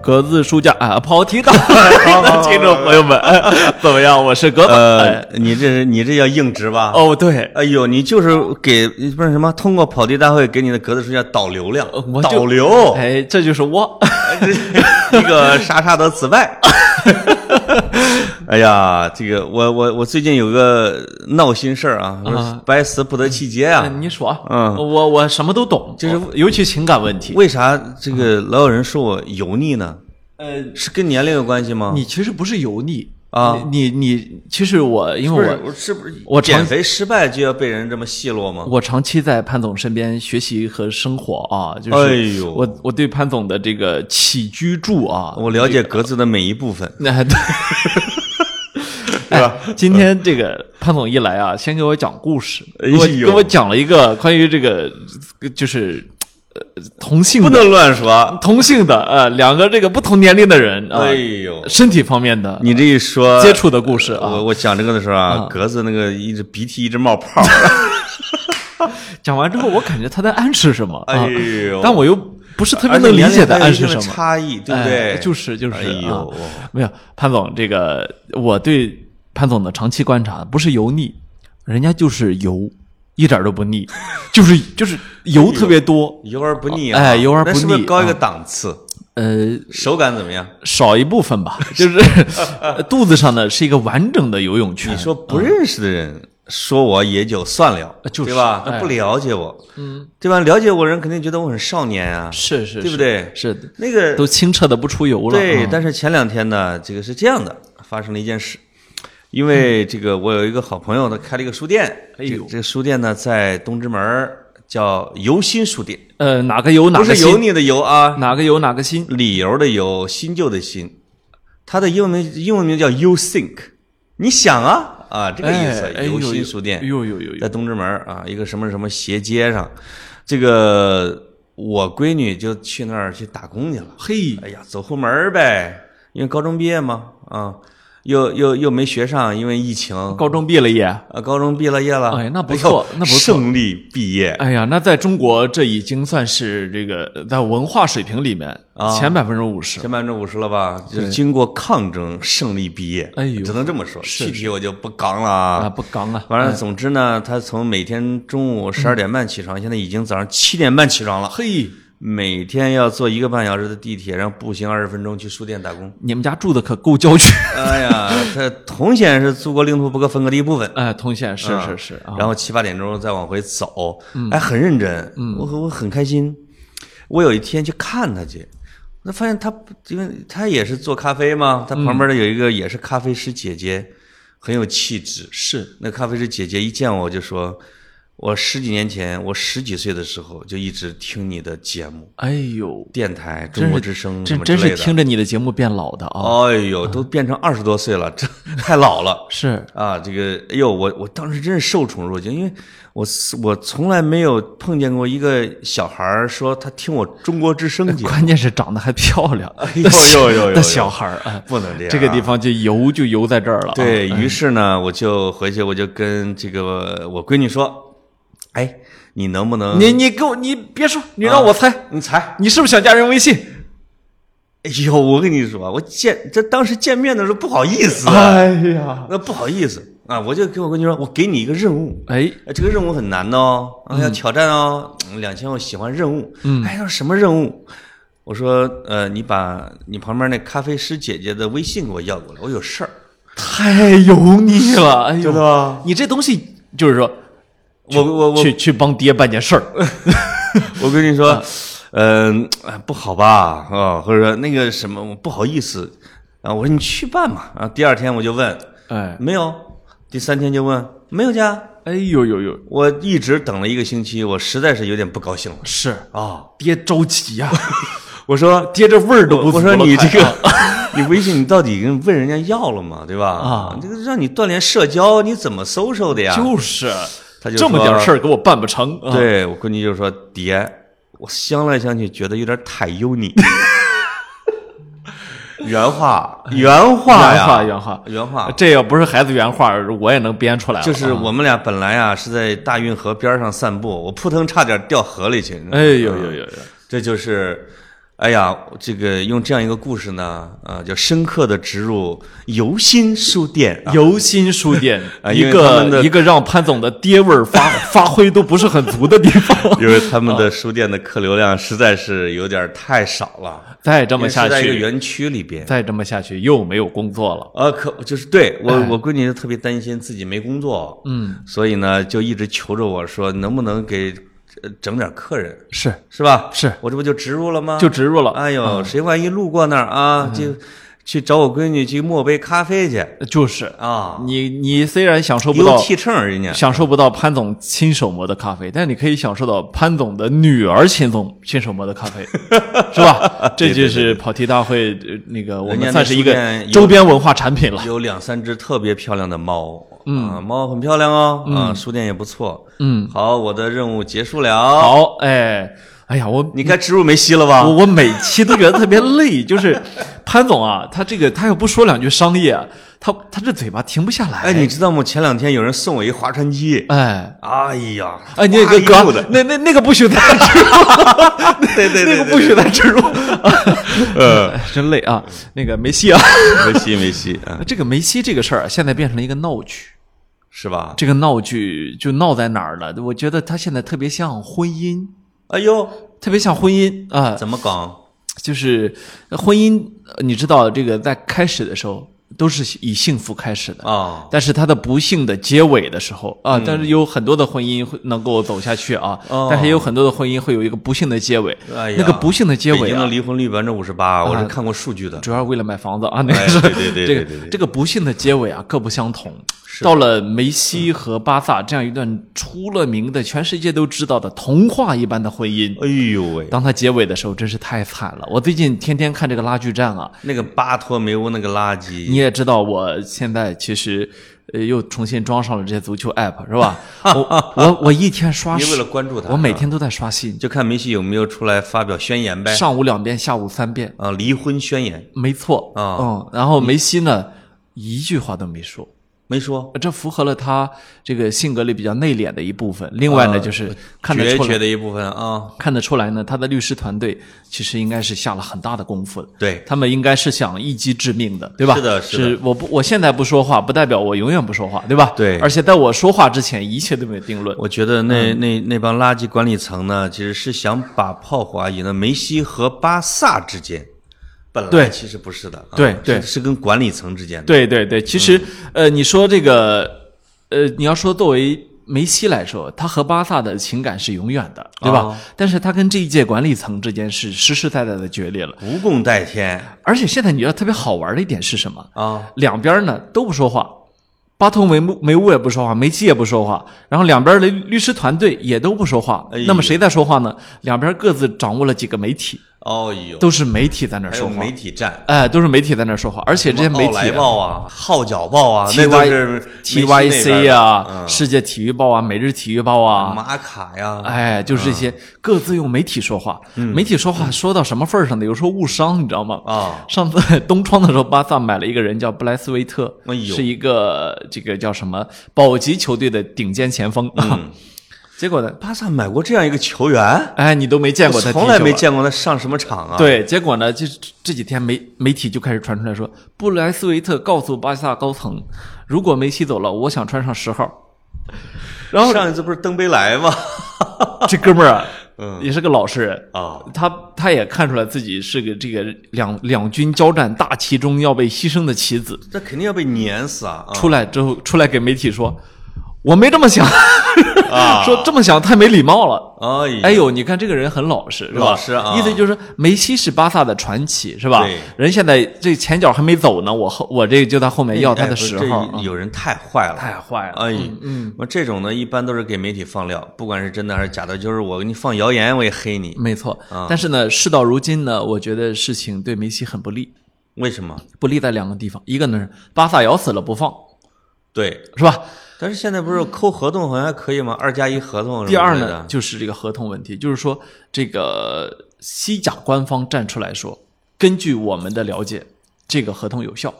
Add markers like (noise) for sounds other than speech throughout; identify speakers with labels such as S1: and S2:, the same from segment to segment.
S1: 格子书架啊，跑
S2: (laughs)
S1: 题到了， (laughs) 听众朋友们， (laughs) 怎么样？我是格子。
S2: 呃，你这是你这叫硬直吧？
S1: 哦，对，
S2: 哎呦，你就是给不是什么通过跑题大会给你的格子书架导流量
S1: 哦我，就
S2: 导流，
S1: 哎，这就是我。 (coughs)
S2: 一
S1: (laughs)
S2: 个傻傻的此外。 (laughs) 哎呀，这个我我我最近有个闹心事儿啊，我
S1: 啊
S2: 百死不得其解
S1: 哎
S2: 啊。
S1: 你说，
S2: 嗯哦
S1: 我我什么都懂，就是尤其情感问题。
S2: 为啥这个老有人说我油腻呢？
S1: 呃，
S2: 是跟年龄有关系吗？
S1: 你其实不是油腻
S2: 啊，
S1: 你你你其实我因
S2: 不
S1: 为
S2: 是
S1: 我
S2: 我是不是
S1: 我长
S2: 减肥失败就要被人这么奚落吗？
S1: 我长期在潘总身边学习和生活啊，就
S2: 哎
S1: 是
S2: 呦
S1: 我我对潘总的这个起居住啊，
S2: 我了解格子的每一部分。
S1: (laughs) 那
S2: (laughs)
S1: 对，对吧？今天这个潘总一来啊，先给我讲故事，
S2: 哎
S1: 给我
S2: 呦
S1: 给我讲了一个关于这个就是呃同性
S2: 不
S1: 的
S2: 能乱说。
S1: 同性的呃两个这个不同年龄的人啊，
S2: 哎呦，
S1: 身体方面的
S2: 你这一说
S1: 接触的故事啊
S2: 我，我讲这个的时候啊
S1: 啊，
S2: 格子那个一直鼻涕一直冒泡儿，
S1: 讲完之后我感觉他在暗示什么啊
S2: 呃哎，呦！
S1: 但我又不 (laughs) 是特别
S2: 而且
S1: 能理
S2: 年龄
S1: 解的
S2: 还有
S1: 暗
S2: 一定
S1: 示
S2: 的
S1: 什么。
S2: 差异，对不
S1: 哎
S2: 对？
S1: 就是就是、
S2: 哎
S1: 啊
S2: 呦，
S1: 没有潘总，这个我对潘总的长期观察，不是油腻，人家就是油，一点都不腻， (laughs) 就是就是油特别多，
S2: 油而不腻啊！
S1: 哎油而不
S2: 那是不是
S1: 腻
S2: 高一个
S1: 啊
S2: 档次？
S1: 呃，
S2: 手感怎么样？
S1: 少一部分 (laughs) 吧，就是呃肚子上呢是一个完整的游泳圈。
S2: 你说不认识的人说我也就算了，
S1: 就是
S2: 对吧？
S1: 嗯哎
S2: 不了解我，嗯，对吧？了解我的人肯定觉得我很少年啊，
S1: 是是，
S2: 对不
S1: 是
S2: 对
S1: 是的，
S2: 那个
S1: 都清澈的不出油了。
S2: 对，
S1: 嗯
S2: 但是前两天呢，这个是这样的，发生了一件事，因为这个我有一个好朋友，他开了一个书店，
S1: 哎
S2: 这
S1: 呦
S2: 这个书店呢在东直门儿叫油心书店，
S1: 呃，哪个油哪
S2: 不
S1: 个
S2: 是油
S1: 心，
S2: 腻的油啊，
S1: 哪个油哪个心。
S2: 理由的油，新旧的新，它的英文名英文名叫 You Think，你想啊啊这个意思，
S1: 哎哎
S2: 油
S1: 呦
S2: 心书店，
S1: 呦呦呦呦，
S2: 在东直门儿啊，一个什么什么斜街上，这个我闺女就去那儿去打工去了。
S1: 嘿，
S2: 哎呀，走后门儿呗，因为高中毕业嘛，啊，又又又没学上，因为疫情，
S1: 高中毕了业，
S2: 啊，高中毕了业了，
S1: 哎那不
S2: 呦
S1: 错那不错
S2: 胜利毕业，
S1: 哎呀，那在中国这已经算是这个在文化水平里面
S2: 啊
S1: 前百分之五十。
S2: 前百分之五十了吧？就是经过抗争胜利毕业，
S1: 哎呦
S2: 只能这么说，
S1: 是
S2: 具体我就不刚了
S1: 啊，
S2: 啊。
S1: 不刚啊！
S2: 反正总之呢，他从每天中午十二点半起床，现在已经早上七点半起床了，
S1: 嘿，
S2: 每天要坐一个半小时的地铁，然后步行二十分钟去书店打工。
S1: 你们家住的可够郊区。 (laughs)
S2: 哎呀，他同显是祖国领土不可分割的一部分。
S1: 哎，通县是
S2: 啊
S1: 是是啊，嗯
S2: 然后七八点钟再往回走，哎，很认真，我很我很开心。我有一天去看他去，那发现他因为他也是做咖啡嘛，他旁边
S1: 嗯
S2: 的有一个也是咖啡师姐姐，很有气质。
S1: 是
S2: 那咖啡师姐姐一见我就说：“我十几年前，我十几岁的时候就一直听你的节目，
S1: 哎呦，
S2: 电台、中
S1: 真
S2: 国
S1: 是
S2: 之声嗯什
S1: 真
S2: 么之
S1: 真
S2: 类
S1: 是
S2: 的。”
S1: 听着你的节目变老的啊！
S2: 哎呦，都变成二十多岁了，这 (laughs) 太老了。
S1: 是
S2: 啊，这个，哎呦，我我当时真是受宠若惊，因为我我从来没有碰见过一个小孩儿说他听我中国之声
S1: (laughs)
S2: 节目，
S1: 关键是长得还漂亮，
S2: 哎呦呦呦呦
S1: 的 (laughs) 小孩儿，哎
S2: 不能这样、啊
S1: 这个地。方就游就游在这儿了啊。
S2: 对于是呢，我就回去，我就跟这个我闺女说，哎，你能不能
S1: 你你给我你别说，你
S2: 啊
S1: 让我猜，
S2: 你猜？
S1: 你是不是想加人微信？
S2: 哎呦，我跟你说，我见这当时见面的时候不好意思，啊
S1: 哎呀，
S2: 那不好意思啊，我就跟我闺女说，我给你一个任务，
S1: 哎，
S2: 哎，这个任务很难的哦，啊，
S1: 嗯
S2: 要挑战哦。两千，我喜欢任务。嗯，哎，他说什么任务？我说，呃，你把你旁边那咖啡师姐姐的微信给我要过来，我有事儿，
S1: 太油腻了，哎呦，
S2: 吧？
S1: 你这东西就是说，
S2: 我我我
S1: 去去啊帮爹办件事儿，
S2: 我跟你说，嗯、哎不好吧？啊，或者说那个什么，我不好意思啊。我说你去办嘛。啊，第二天我就问，
S1: 哎，
S2: 没有。第三天就问，没有家。
S1: 哎呦呦呦，
S2: 我一直等了一个星期，我实在是有点不高兴了
S1: 是
S2: 啊、
S1: 爹着急 (laughs) 呀、
S2: 我说
S1: 爹这味儿都不
S2: 我
S1: 足
S2: 我
S1: 了
S2: 说你
S1: 快
S2: 这个， (laughs) 你微信你到底跟问人家要了吗？对吧？
S1: 啊
S2: 这个让你锻炼社交，你怎么 social 的呀？
S1: 就是，
S2: 他就
S1: 这么
S2: 说
S1: 点事儿给我办不成，啊，
S2: 对我闺女就说：“爹，我相来相去觉得有点太油腻。”原话，原话
S1: 原
S2: 呀，
S1: 话啊原话，
S2: 原话，
S1: 这要不是孩子原话，我也能编出来了
S2: 就是
S1: 啊
S2: 我们俩本来啊是在大运河边上散步，我扑腾差点掉河里去。嗯
S1: 哎呦呦呦呦，
S2: 这就是哎呀，这个用这样一个故事呢，啊，叫深刻的植入游心书店啊，
S1: 游心书店，
S2: 啊
S1: 一
S2: 因为他们
S1: 个
S2: 的
S1: 一个让潘总的爹味儿发 (laughs) 发挥都不是很足的地方。
S2: 因为他
S1: 哦
S2: 们的书店的客流量实在是有点太少了。
S1: (laughs) 再这
S2: 因
S1: 么
S2: 为是
S1: 下
S2: 在一个
S1: 去，
S2: 园区里边，
S1: 再这么下去又没有工作了。
S2: 啊，可就是对我，
S1: 哎
S2: 我闺女就特别担心自己没工作，嗯，所以呢，就一直求着我说，能不能给呃整点客人，
S1: 是，
S2: 是吧？
S1: 是
S2: 我这不就植入了吗？
S1: 就植入了，嗯
S2: 哎呦，谁万一路过那儿啊，就去找我闺女去磨杯咖啡去
S1: 就是
S2: 啊，
S1: 你你虽然享受不
S2: 有
S1: 到
S2: 替秤人家
S1: 享受不到潘总亲手磨的咖啡，但你可以享受到潘总的女儿亲总亲手磨的咖啡， (laughs) 是吧？
S2: (laughs)
S1: 这就是跑题大会呃那个我
S2: 人家
S1: 们
S2: 那
S1: 算是一
S2: 书店
S1: 个
S2: 有
S1: 周边文化产品了。
S2: 有两三只特别漂亮的猫，嗯、猫很漂亮哦，啊、书店也不错，嗯，好，我的任务结束了，
S1: 好，哎，哎呀，我 (laughs)
S2: 你该植入梅西了吧
S1: 我？我每期都觉得特别累，就是潘总啊，他这个他要不说两句商业，啊他他这嘴巴停不下来。
S2: 哎，你知道吗？前两天有人送我一划船机，
S1: 哎
S2: 哎呀，
S1: 哎，那
S2: 花
S1: 个
S2: 一路
S1: 哥
S2: 的，，
S1: 那那那个不许再植入，
S2: 对 (laughs)
S1: (laughs)
S2: 对
S1: 那
S2: 对，
S1: 个不许再植入，
S2: 呃，
S1: (laughs) 真累啊！那个梅西啊， (laughs)
S2: 梅西梅西啊，
S1: 这个梅西这个事儿啊现在变成了一个闹剧。
S2: 是吧？
S1: 这个闹剧就闹在哪儿了？我觉得他现在特别像婚姻，
S2: 哎呦，
S1: 特别像婚姻啊、
S2: 怎么讲？
S1: 就是婚姻，呃你知道这个在开始的时候都是以幸福开始的。
S2: 啊
S1: 但是它的不幸的结尾的时候啊，但是有很多的婚姻会能够走下去啊，
S2: 嗯哦
S1: 但是也有很多的婚姻会有一个不幸的结尾。
S2: 哎呀
S1: 那个不幸的结
S2: 北
S1: 尾
S2: 京的
S1: 啊，
S2: 离婚率百分之五十八，我是看过数据的。
S1: 主要是为了买房子啊，那个
S2: 哎
S1: 是、
S2: 对对对
S1: 这个
S2: 对对对
S1: 这个不幸的结尾啊，各不相同。到了梅西和巴萨这样一段出了名的、全世界都知道的童话一般的婚姻，
S2: 哎呦喂，
S1: 当它结尾的时候，真是太惨了。我最近天天看这个拉锯战啊，
S2: 那个巴托梅乌那个垃
S1: 你
S2: 圾，
S1: 也知道，我现在其实呃又重新装上了这些足球 app 是吧？我
S2: (laughs)
S1: 我我一天刷
S2: 你为
S1: 新
S2: 了，关注他，
S1: 我每
S2: 啊
S1: 天都在刷新，
S2: 就看梅西有没有出来发表宣言呗。
S1: 上午两遍，下午三遍，
S2: 啊，离婚宣言
S1: 没错
S2: 啊
S1: 嗯，然后梅西呢，一句话都没说。
S2: 没说，
S1: 这符合了他这个性格里比较内敛的一部分。另外呢，就是看得
S2: 呃决
S1: 出来，
S2: 绝的一部分啊，
S1: 看得出来呢，他的律师团队其实应该是下了很大的功夫的。
S2: 对，
S1: 他们应该是想一击致命的，对吧？
S2: 是的
S1: 是
S2: 是的
S1: 我不，我现在不说话，不代表我永远不说话，对吧？
S2: 对
S1: 而且在我说话之前，一切都没有定论。
S2: 我觉得那、
S1: 嗯
S2: 那那帮垃圾管理层呢，其实是想把炮火引到梅西和巴萨之间，本来
S1: 对
S2: 其实不是的，啊
S1: 对
S2: 是
S1: 对
S2: 是跟管理层之间的，
S1: 对对对，其实、
S2: 嗯
S1: 呃，你说这个呃，你要说作为梅西来说，他和巴萨的情感是永远的，对吧？
S2: 哦
S1: 但是他跟这一届管理层之间是实实在在的决裂了。
S2: 无共戴天
S1: 而且现在你知道特别好玩的一点是什么？
S2: 啊，
S1: 两边呢都不说话，巴托梅乌梅乌也不说话，梅西也不说话，然后两边的律师团队也都不说话。
S2: 哎呀
S1: 那么谁在说话呢？两边各自掌握了几个媒体，
S2: 哦呦，
S1: 都是媒体在那儿
S2: 还
S1: 说
S2: 有
S1: 话。
S2: 媒体战。
S1: 哎，都是媒体在那儿说话，而且这些媒
S2: 奥
S1: 体
S2: 莱
S1: 啊、
S2: 报啊，号角报啊，
S1: TY
S2: 那都是梅西那边
S1: TYC
S2: 的嗯
S1: 啊、世界体育报啊、每日体育报啊，
S2: 马卡呀，
S1: 哎，就是这些
S2: 嗯
S1: 各自用媒体说话，媒体说话说到什么份儿上呢？有时候误伤，你知道吗？
S2: 啊，
S1: 上次东窗的时候，巴萨买了一个人叫布莱斯维特，
S2: 哎呦
S1: 是一个这个叫什么保级球队的顶尖前锋。
S2: 嗯
S1: 啊结果呢？
S2: 巴萨买过这样一个球员，
S1: 哎，你都没见过
S2: 我
S1: 他，
S2: 从来没。见过他上什么场啊。，
S1: 对，结果呢？这这几天媒媒体就开始传出来说，布莱斯维特告诉巴萨高层，如果梅西走了，我想穿上十号。 (laughs) 然后
S2: 上一次不是登贝莱吗？
S1: 这哥们儿
S2: (laughs)
S1: 啊，也是个老实人
S2: 嗯啊，
S1: 他他也看出来自己是个这个两两军交战大旗中要被牺牲的棋子。
S2: 这肯定要被碾死啊！
S1: 出来之后，出来给媒体说，我没这么想，
S2: 啊
S1: (laughs) 说这么想太没礼貌了。
S2: 啊，
S1: 哎呦，你看这个人很老实，是吧？
S2: 老实啊
S1: 意思就是梅西是巴萨的传奇，是吧
S2: 对？
S1: 人现在这前脚还没走呢，我后我这就在后面要他
S2: 哎
S1: 的
S2: 不
S1: 十
S2: 是
S1: 号
S2: 这
S1: 啊，
S2: 有人太坏了，
S1: 太坏了。
S2: 哎，嗯，我这种呢，一般都是给媒体放料，不管是真的还是假的，就是我给你放谣言，我也黑你。
S1: 没错，
S2: 啊
S1: 但是呢，事到如今呢，我觉得事情对梅西很不利，
S2: 为什么？
S1: 不利在两个地方，一个呢是巴萨咬死了不放，
S2: 对，
S1: 是吧？
S2: 但是现在不是抠合同好像还可以吗？二加一合嗯同
S1: 嗯
S2: 什么之类的。
S1: 第二呢，就是这个合同问题，就是说这个西甲官方站出来说，根据我们的了解，这个合同有效。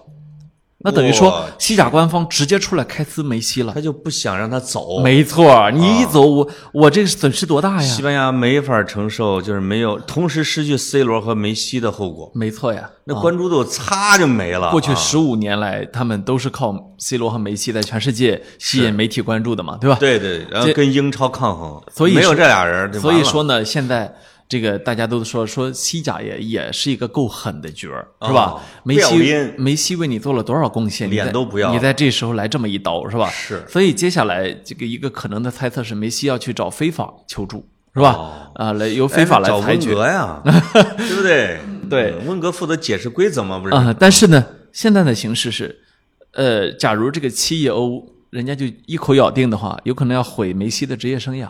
S1: 那等于说
S2: 哇
S1: 西甲官方直接出来开撕梅西了
S2: 他。就不想让他走。
S1: 没错，你一走，我我这个损失多大呀
S2: 哦啊西？班牙没法承受，就是没有同时失去 C 罗和梅西的后果，
S1: 没错呀，
S2: 那关注度擦就没了。
S1: 哦过去
S2: 啊
S1: 十五年来，他们都是靠 C 罗和梅西在全世界吸引媒体关注的嘛，对吧？
S2: 对对，然后跟英超抗衡，
S1: 所以
S2: 没
S1: 说
S2: 有这俩人，就
S1: 所
S2: 完
S1: 以
S2: 了
S1: 说呢，现在这个大家都说说西甲也也是一个够狠的角儿，是吧？
S2: 哦
S1: 梅
S2: 不要
S1: 西
S2: 脸
S1: 梅西为你做了多少贡献，你
S2: 脸
S1: 在
S2: 都不要
S1: 你在这时候来这么一刀，是吧？
S2: 是
S1: 所以接下来这个一个可能的猜测是，梅西要去找非法求助，是吧？
S2: 哦
S1: 啊，来由非法
S2: 哎找
S1: 来裁
S2: 温
S1: 决 (laughs)
S2: 格呀，对不对？
S1: 对
S2: 嗯，温格负责解释规则嘛，不是？
S1: 啊、但是呢，现在的形势是，呃，假如这个七亿欧人家就一口咬定的话，有可能要毁梅西的职业生涯。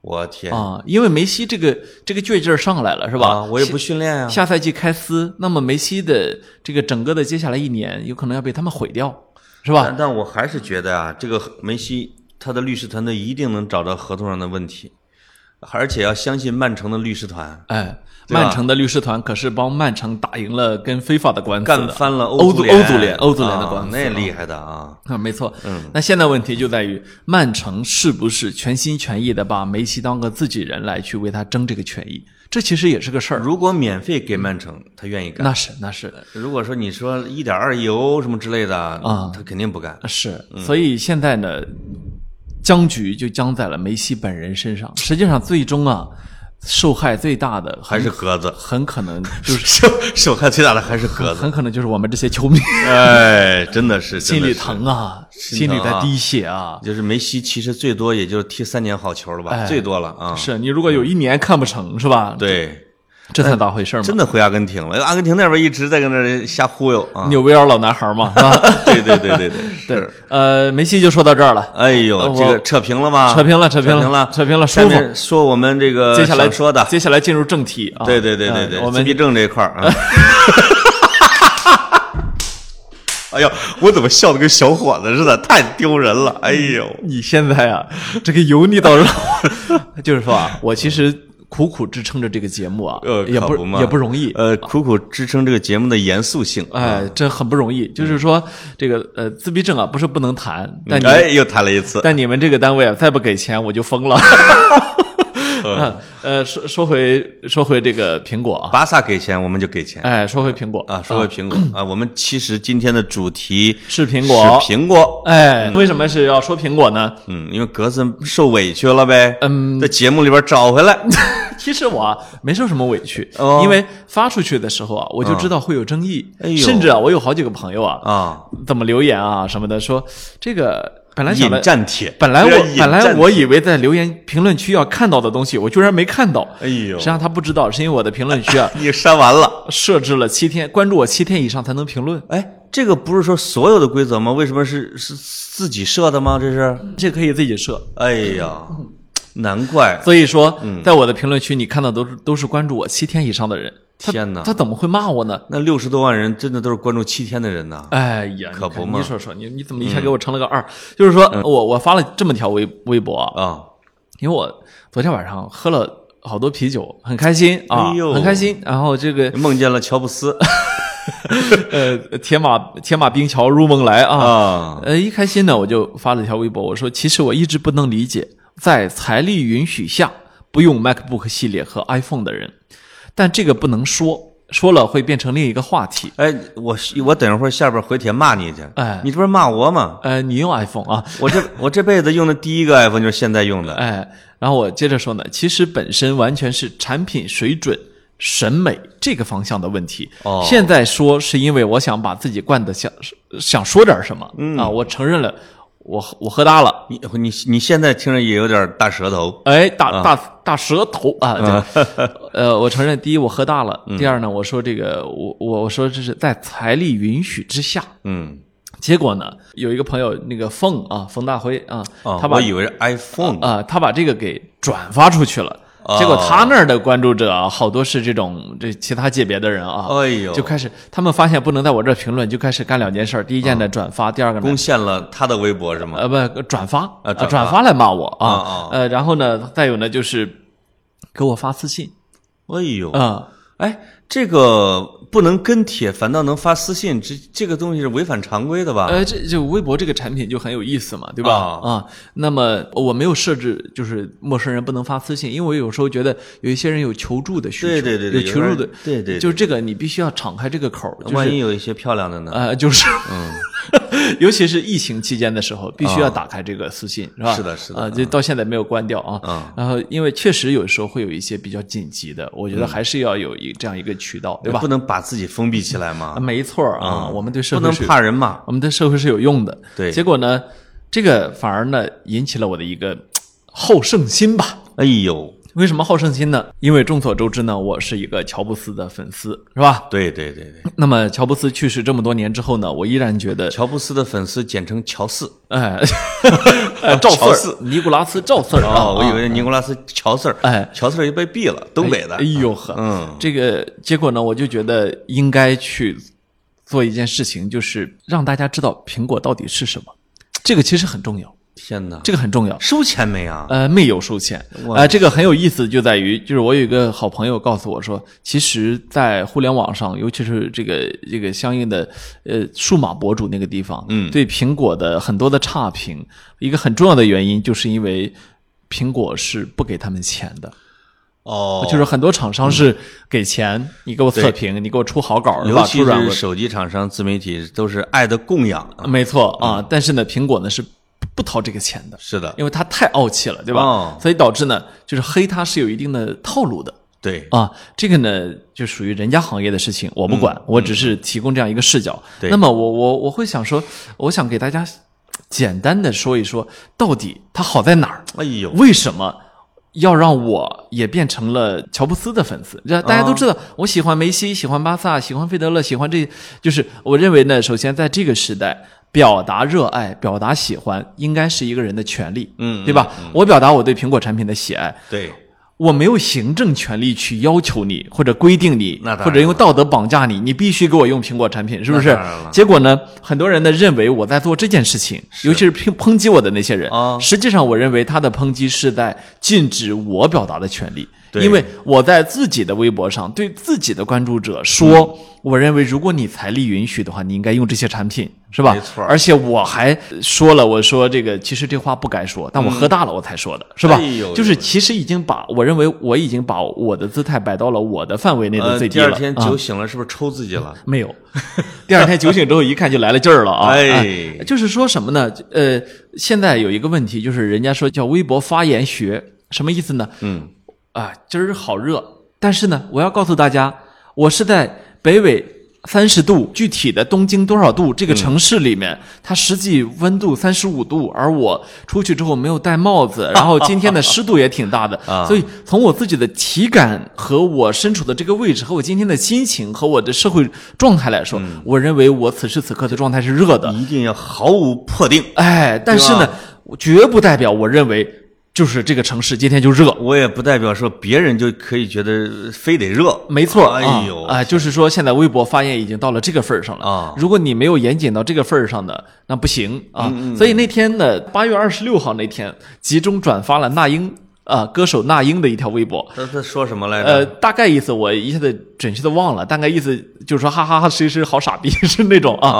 S2: 我天
S1: 啊，因为梅西这个这个倔劲儿上来了，是吧？
S2: 啊我也不
S1: 下
S2: 训练啊，
S1: 下赛季开撕，那么梅西的这个整个的接下来一年，有可能要被他们毁掉，是吧？
S2: 但但我还是觉得啊，这个梅西他的律师团队一定能找到合同上的问题，而且要相信曼城的律师团
S1: 哎，
S2: 对吧
S1: 曼城的律师团可是帮曼城打赢了跟非法的官司的，
S2: 干翻了
S1: 欧
S2: 足
S1: 欧足联欧足联的
S2: 啊
S1: 官司
S2: 那
S1: 啊
S2: 厉害的啊！
S1: 啊，没错。嗯，那现在问题就在于曼城是不是全心全意的把梅西当个自己人来去为他争这个权益？这其实也是个事儿。
S2: 如呃果免费给曼城，他愿意干。
S1: 那是那是
S2: 如果说你说一点二亿欧什么之类的啊他肯定不干。
S1: 是，所以现在呢，僵局就僵在了梅西本人身上。实际上，最终啊，受害最大的
S2: 还是鸽子， (laughs)
S1: 很可能就是
S2: 受受害最大的还是鸽
S1: (laughs)
S2: 子。
S1: 很可能就是我们这些球迷
S2: 哎，真的是
S1: 心里，
S2: 真的
S1: 疼啊，心
S2: 心
S1: 里
S2: 疼
S1: 在
S2: 啊
S1: 滴血啊
S2: 是。就是梅西其实最多也就是踢三年好球了吧，
S1: 哎
S2: 最多了啊。
S1: 是你如果有一年看不成是吧？，
S2: 对，
S1: 这才咋回事儿嘛
S2: 真。的回阿根廷了，阿根廷那边一直在跟那儿瞎忽悠啊。
S1: 纽维尔老男孩
S2: (laughs)
S1: 嘛，是吧？
S2: 对对对对对，
S1: (laughs) 对
S2: 是。，
S1: 呃，梅西就说到这儿了。
S2: 哎呦
S1: 我，
S2: 这个扯平了吗？
S1: 扯平了扯
S2: 扯
S1: 平了
S2: 了，
S1: 扯平了
S2: 下
S1: 舒
S2: 面说我们这个
S1: 接下来
S2: 想说的，
S1: 接下来进入正题啊。
S2: 对对对对对，
S1: 呃我
S2: 自闭
S1: 们
S2: 症这一块儿
S1: (laughs)
S2: 啊。哎呦，我怎么笑的跟小伙子似的？太丢人了！哎呦，
S1: (laughs) 你现在啊，这个油腻到让我， (laughs) 就是说啊，我其实苦苦支撑着这个节目啊，
S2: 呃，
S1: 也
S2: 可
S1: 不
S2: 嘛
S1: 也不容易，
S2: 呃，苦苦支撑这个节目的严肃性。
S1: 哎，这很不容易。就是说，这个呃，自闭症啊，不是不能谈，但你、
S2: 哎，又谈了一次。
S1: 但你们这个单位啊，再不给钱我就疯 (laughs) 了。啊 (laughs) 呃，说说回说回这个苹果啊，
S2: 巴萨给钱，我们就给钱
S1: 哎，说回苹果
S2: 啊。说回苹果啊，我们其实今天的主题
S1: 嗯是苹果
S2: 是苹果。
S1: 哎，为什么是要说苹果呢？
S2: 嗯，因为格子受委屈了呗，
S1: 嗯，
S2: 在节目里边
S1: (laughs)
S2: 找回来。
S1: 其实我啊没受什么委屈，
S2: 哦
S1: 因为发出去的时候啊，我就知道会有争议，
S2: 哎呦
S1: 甚至啊，我有好几个朋友啊，
S2: 啊，
S1: 怎么留言啊什么的，说这个本来想
S2: 引
S1: 的，
S2: 战帖，
S1: 本来
S2: 这叫
S1: 我
S2: 引
S1: 本来
S2: 战
S1: 我
S2: 帖
S1: 以为在留言评论区要看到的东西，我居然没看到。
S2: 哎呦
S1: 实际上他不知道，是因为我的评论区
S2: (laughs)
S1: 啊
S2: 你删完了。
S1: 设置了七天，关注我七天以上才能评论，
S2: 哎，这个不是说所有的规则吗？为什么是是自己设的吗？这是？
S1: 这可以自己设。
S2: 哎呀，难怪
S1: 所以说，
S2: 嗯
S1: 在我的评论区你看到都是都是关注我七天以上的人。他
S2: 天哪
S1: 他怎么会骂我呢？
S2: 那六十多万人真的都是关注七天的人呐。
S1: 哎呀，
S2: 可
S1: 你看
S2: 不嘛嗯
S1: 你说说，你你怎么一下给我成了个二？就是说我我发了这么条微微博啊，
S2: 啊，
S1: 因为我昨天晚上喝了好多啤酒，很开心啊，
S2: 哎呦
S1: 很开心。然后这
S2: (laughs)
S1: 个
S2: 梦见了乔布斯
S1: 呃，铁马铁马冰桥入梦来啊， (laughs)
S2: 啊，
S1: 呃，一开心呢，我就发了条微博，我说其实我一直不能理解，在财力允许下不用 MacBook 系列和 iPhone 的人，但这个不能说，说了会变成另一个话题。
S2: 哎，我我等会儿下边回帖骂你去。
S1: 哎
S2: 你这不是骂我吗？
S1: 呃，你用 iPhone 啊？
S2: 我这 (laughs) 我这辈子用的第一个 iPhone 就是现在用的。
S1: 哎，然后我接着说呢，其实本身完全是产品水准、审美这个方向的问题。
S2: 哦
S1: 现在说是因为我想把自己惯的想想说点什么、啊，我承认了，我我喝大了。
S2: 你你你现在听着也有点大舌头，
S1: 哎，大大大舌头啊！对呃，我承认，第一我喝大了，第二呢，我说这个，我我我说这是在财力允许之下。
S2: 嗯，
S1: 结果呢，有一个朋友那个凤啊，冯大辉啊，
S2: 啊，
S1: 他把
S2: 我以为是 iPhone，
S1: 啊、他把这个给转发出去了。
S2: 哦
S1: 结果他那儿的关注者啊，好多是这种这其他界别的人啊，
S2: 哎呦
S1: 就开始他们发现不能在我这儿评论，就开始干两件事儿：第一
S2: 哦
S1: 件呢转发，第二个呢
S2: 攻陷了他的微博是吗？
S1: 呃不转发啊、呃
S2: 转发
S1: 转发来骂我啊，
S2: 啊啊
S1: 呃然后呢再有呢就是给我发私信
S2: 哎呦，
S1: 啊、
S2: 哎，这个不能跟帖，反倒能发私信，这这个东西是违反常规的吧？
S1: 呃，这就微博这个产品就很有意思嘛，对吧？啊、
S2: 啊
S1: 那么我没有设置就是陌生人不能发私信，因为我有时候觉得有一些人有求助的需求，
S2: 对对对对，
S1: 有求助
S2: 人
S1: 的，
S2: 对对，
S1: 就是是这个你必须要敞开这个口儿，就
S2: 万
S1: 是
S2: 一嗯有一些漂亮的呢？
S1: 呃，就是， (laughs) 尤其是疫情期间的时候，必须要打开这个私信，是吧？
S2: 啊是的是的
S1: 啊，就到现在没有关掉啊。
S2: 嗯
S1: 然后，因为确实有时候会有一些比较紧急的，我觉得还是要有一这样一个渠道，对吧
S2: 嗯不？能把自己封闭起来嘛
S1: 啊，没错儿啊，
S2: 嗯
S1: 我们对社
S2: 不
S1: 会
S2: 能
S1: 是有
S2: 怕人嘛。
S1: 我们对社会是有用的。
S2: 对
S1: 结果呢，这个反而呢引起了我的一个好胜心吧。
S2: 哎呦，
S1: 为什么好胜心呢？因为众所周知呢，我是一个乔布斯的粉丝，是吧？
S2: 对对对对，
S1: 那么乔布斯去世这么多年之后呢，我依然觉得
S2: 乔布斯的粉丝简称乔四 (laughs)
S1: 哎，呃赵
S2: 乔
S1: 四儿，尼古拉斯赵四儿啊，
S2: 哦，我以为尼古拉斯乔四儿，
S1: 哎
S2: 乔四儿也被毙了，东北的
S1: 哎，呦呵，
S2: 嗯
S1: 这个结果呢，我就觉得应该去做一件事情，就是让大家知道苹果到底是什么，这个其实很重要，
S2: 天哪，
S1: 这个很重要。
S2: 收钱没啊？
S1: 呃，没有收钱，呃，这个很有意思，就在于就是我有一个好朋友告诉我说，其实，在互联网上，尤其是这个这个相应的呃数码博主那个地方，
S2: 嗯
S1: 对苹果的很多的差评，一个很重要的原因就是因为苹果是不给他们钱的，
S2: 哦，
S1: 就是很多厂商是给钱，你给我测评，你给我出好稿，是
S2: 尤
S1: 吧？出
S2: 其
S1: 软
S2: 是
S1: 文，
S2: 手机厂商、自媒体都是爱的供养。
S1: 没错
S2: 嗯
S1: 啊。但是呢，苹果呢是不不掏这个钱的，
S2: 是的，
S1: 因为它太傲气了，对吧？
S2: 哦
S1: 所以导致呢，就是黑它是有一定的套路的。
S2: 对，
S1: 啊，这个呢就属于人家行业的事情，我不管，我只是提供这样一个视角。
S2: 嗯对
S1: 那么我我我会想说，我想给大家简单的说一说，到底它好在哪儿？
S2: 哎呦，
S1: 为什么要让我也变成了乔布斯的粉丝？
S2: 哦
S1: 这大家都知道，我喜欢梅西，喜欢巴萨，喜欢费德勒，喜欢这，就是我认为呢，首先在这个时代。表达热爱、表达喜欢，应该是一个人的权利，
S2: 嗯
S1: 对吧？我表达我对苹果产品的喜爱，
S2: 对，
S1: 我没有行政权利去要求你，或者规定你
S2: 那当，然
S1: 或者用道德绑架你，你必须给我用苹果产品，是不
S2: 那
S1: 是
S2: 当然了？
S1: 结果呢，很多人呢认为我在做这件事情，尤其是抨抨击我的那些人，
S2: 啊
S1: 实际上我认为他的抨击是在禁止我表达的权利，
S2: 对
S1: 因为我在自己的微博上对自己的关注者说，
S2: 嗯
S1: 我认为如果你财力允许的话，你应该用这些产品，是吧？
S2: 没错
S1: 而且我还说了，我说这个其实这话不该说，但我喝大了我才说的，是吧？
S2: 哎呦
S1: 就是其实已经把我认为我已经把我的姿态摆到了我的范围内的
S2: 呃，
S1: 最低
S2: 第
S1: 了。
S2: 二天
S1: 啊
S2: 酒醒了，是不是抽自己了？
S1: 没有， (laughs) 第二天酒醒之后一看就来了劲儿了啊！
S2: 哎
S1: 就是说什么呢？呃，现在有一个问题，就是人家说叫微博发言学，什么意思呢？
S2: 嗯，
S1: 啊，今儿好热，但是呢，我要告诉大家，我是在北纬三十度，具体的东京多少度
S2: 嗯
S1: 这个城市里面，它实际温度三十五度，而我出去之后没有戴帽子，然后今天的湿度也挺大的，
S2: (laughs) 啊
S1: 所以从我自己的体感和我身处的这个位置和我今天的心情和我的社会状态来说，
S2: 嗯
S1: 我认为我此时此刻的状态是热的，
S2: 一定要毫无破定。
S1: 哎，但是
S2: 对
S1: 呢
S2: 嗯吧，
S1: 我绝不代表我认为就是这个城市今天就热，
S2: 我也不代表说别人就可以觉得非得热，
S1: 没错儿，
S2: 哎呦
S1: 啊、啊就是说现在微博发言已经到了这个份儿上了
S2: 啊
S1: 如果你没有严谨到这个份儿上的，那不行啊。
S2: 嗯
S1: 所以那天呢，八月二十六号那天，集中转发了那英啊、歌手那英的一条微博，
S2: 他他说什么来
S1: 呃，
S2: 着？
S1: 大概意思我一下子准确的忘了，大概意思就是说哈哈哈，谁谁好傻逼是那种啊。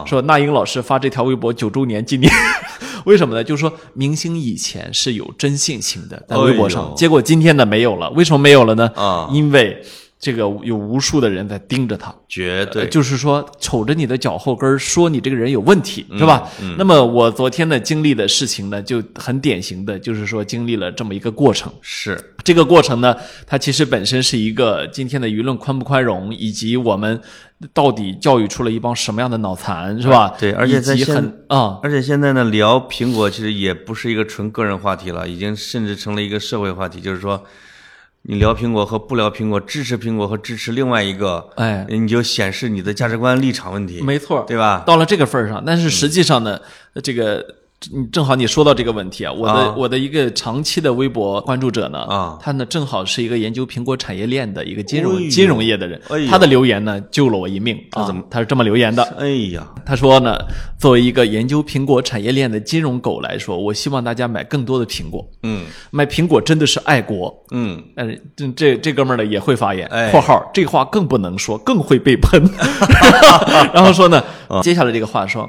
S2: 啊，
S1: 说那英老师发这条微博九周年纪念， (laughs) 为什么呢？就是说明星以前是有真性情的，在微博上，
S2: 哎呦
S1: 结果今天呢没有了，为什么没有了呢？
S2: 啊
S1: 因为这个有无数的人在盯着他。
S2: 绝
S1: 呃
S2: 对
S1: 就是说瞅着你的脚后跟儿说你这个人有问题，
S2: 嗯
S1: 是吧？那么我昨天呢经历的事情呢，就很典型的，就是说经历了这么一个过程。
S2: 是
S1: 这个过程呢，它其实本身是一个今天的舆论宽不宽容，以及我们到底教育出了一帮什么样的脑残，是吧？
S2: 对而且在
S1: 以及
S2: 现
S1: 很啊、
S2: 而且现在呢，聊苹果其实也不是一个纯个人话题了，已经甚至成了一个社会话题。就是说，你聊苹果和不聊苹果，支持苹果和支持另外一个，
S1: 哎，
S2: 你就显示你的价值观立场问题，
S1: 没错，
S2: 对吧？嗯
S1: 到了这个份儿上，但是实际上呢，这个你正好你说到这个问题啊，我的、
S2: 啊
S1: 我的一个长期的微博关注者呢，
S2: 啊
S1: 他呢正好是一个研究苹果产业链的一个金
S2: 哎
S1: 融、
S2: 呦
S1: 金融业的人，
S2: 哎呦
S1: 他的留言呢救了我一命啊，
S2: 怎么
S1: 他是这么留言的？
S2: 哎呀，
S1: 他说呢，作为一个研究苹果产业链的金融狗来说，我希望大家买更多的苹果，
S2: 嗯
S1: 买苹果真的是爱国。
S2: 嗯，
S1: 但是哎这这这哥们儿呢也会发言
S2: 哎，
S1: 括号这话更不能说，更会被喷。然后说呢，接下来这个话说，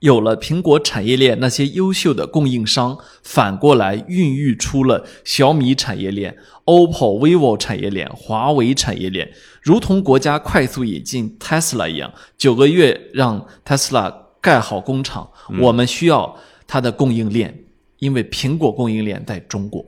S1: 有了苹果产业链那些优秀的供应商，反过来孕育出了小米产业链、OPPO、vivo 产业链、华为产业链，如同国家快速引进 Tesla 一样，九个月让 Tesla 盖好工厂，我们需要它的供应链，因为苹果供应链在中国。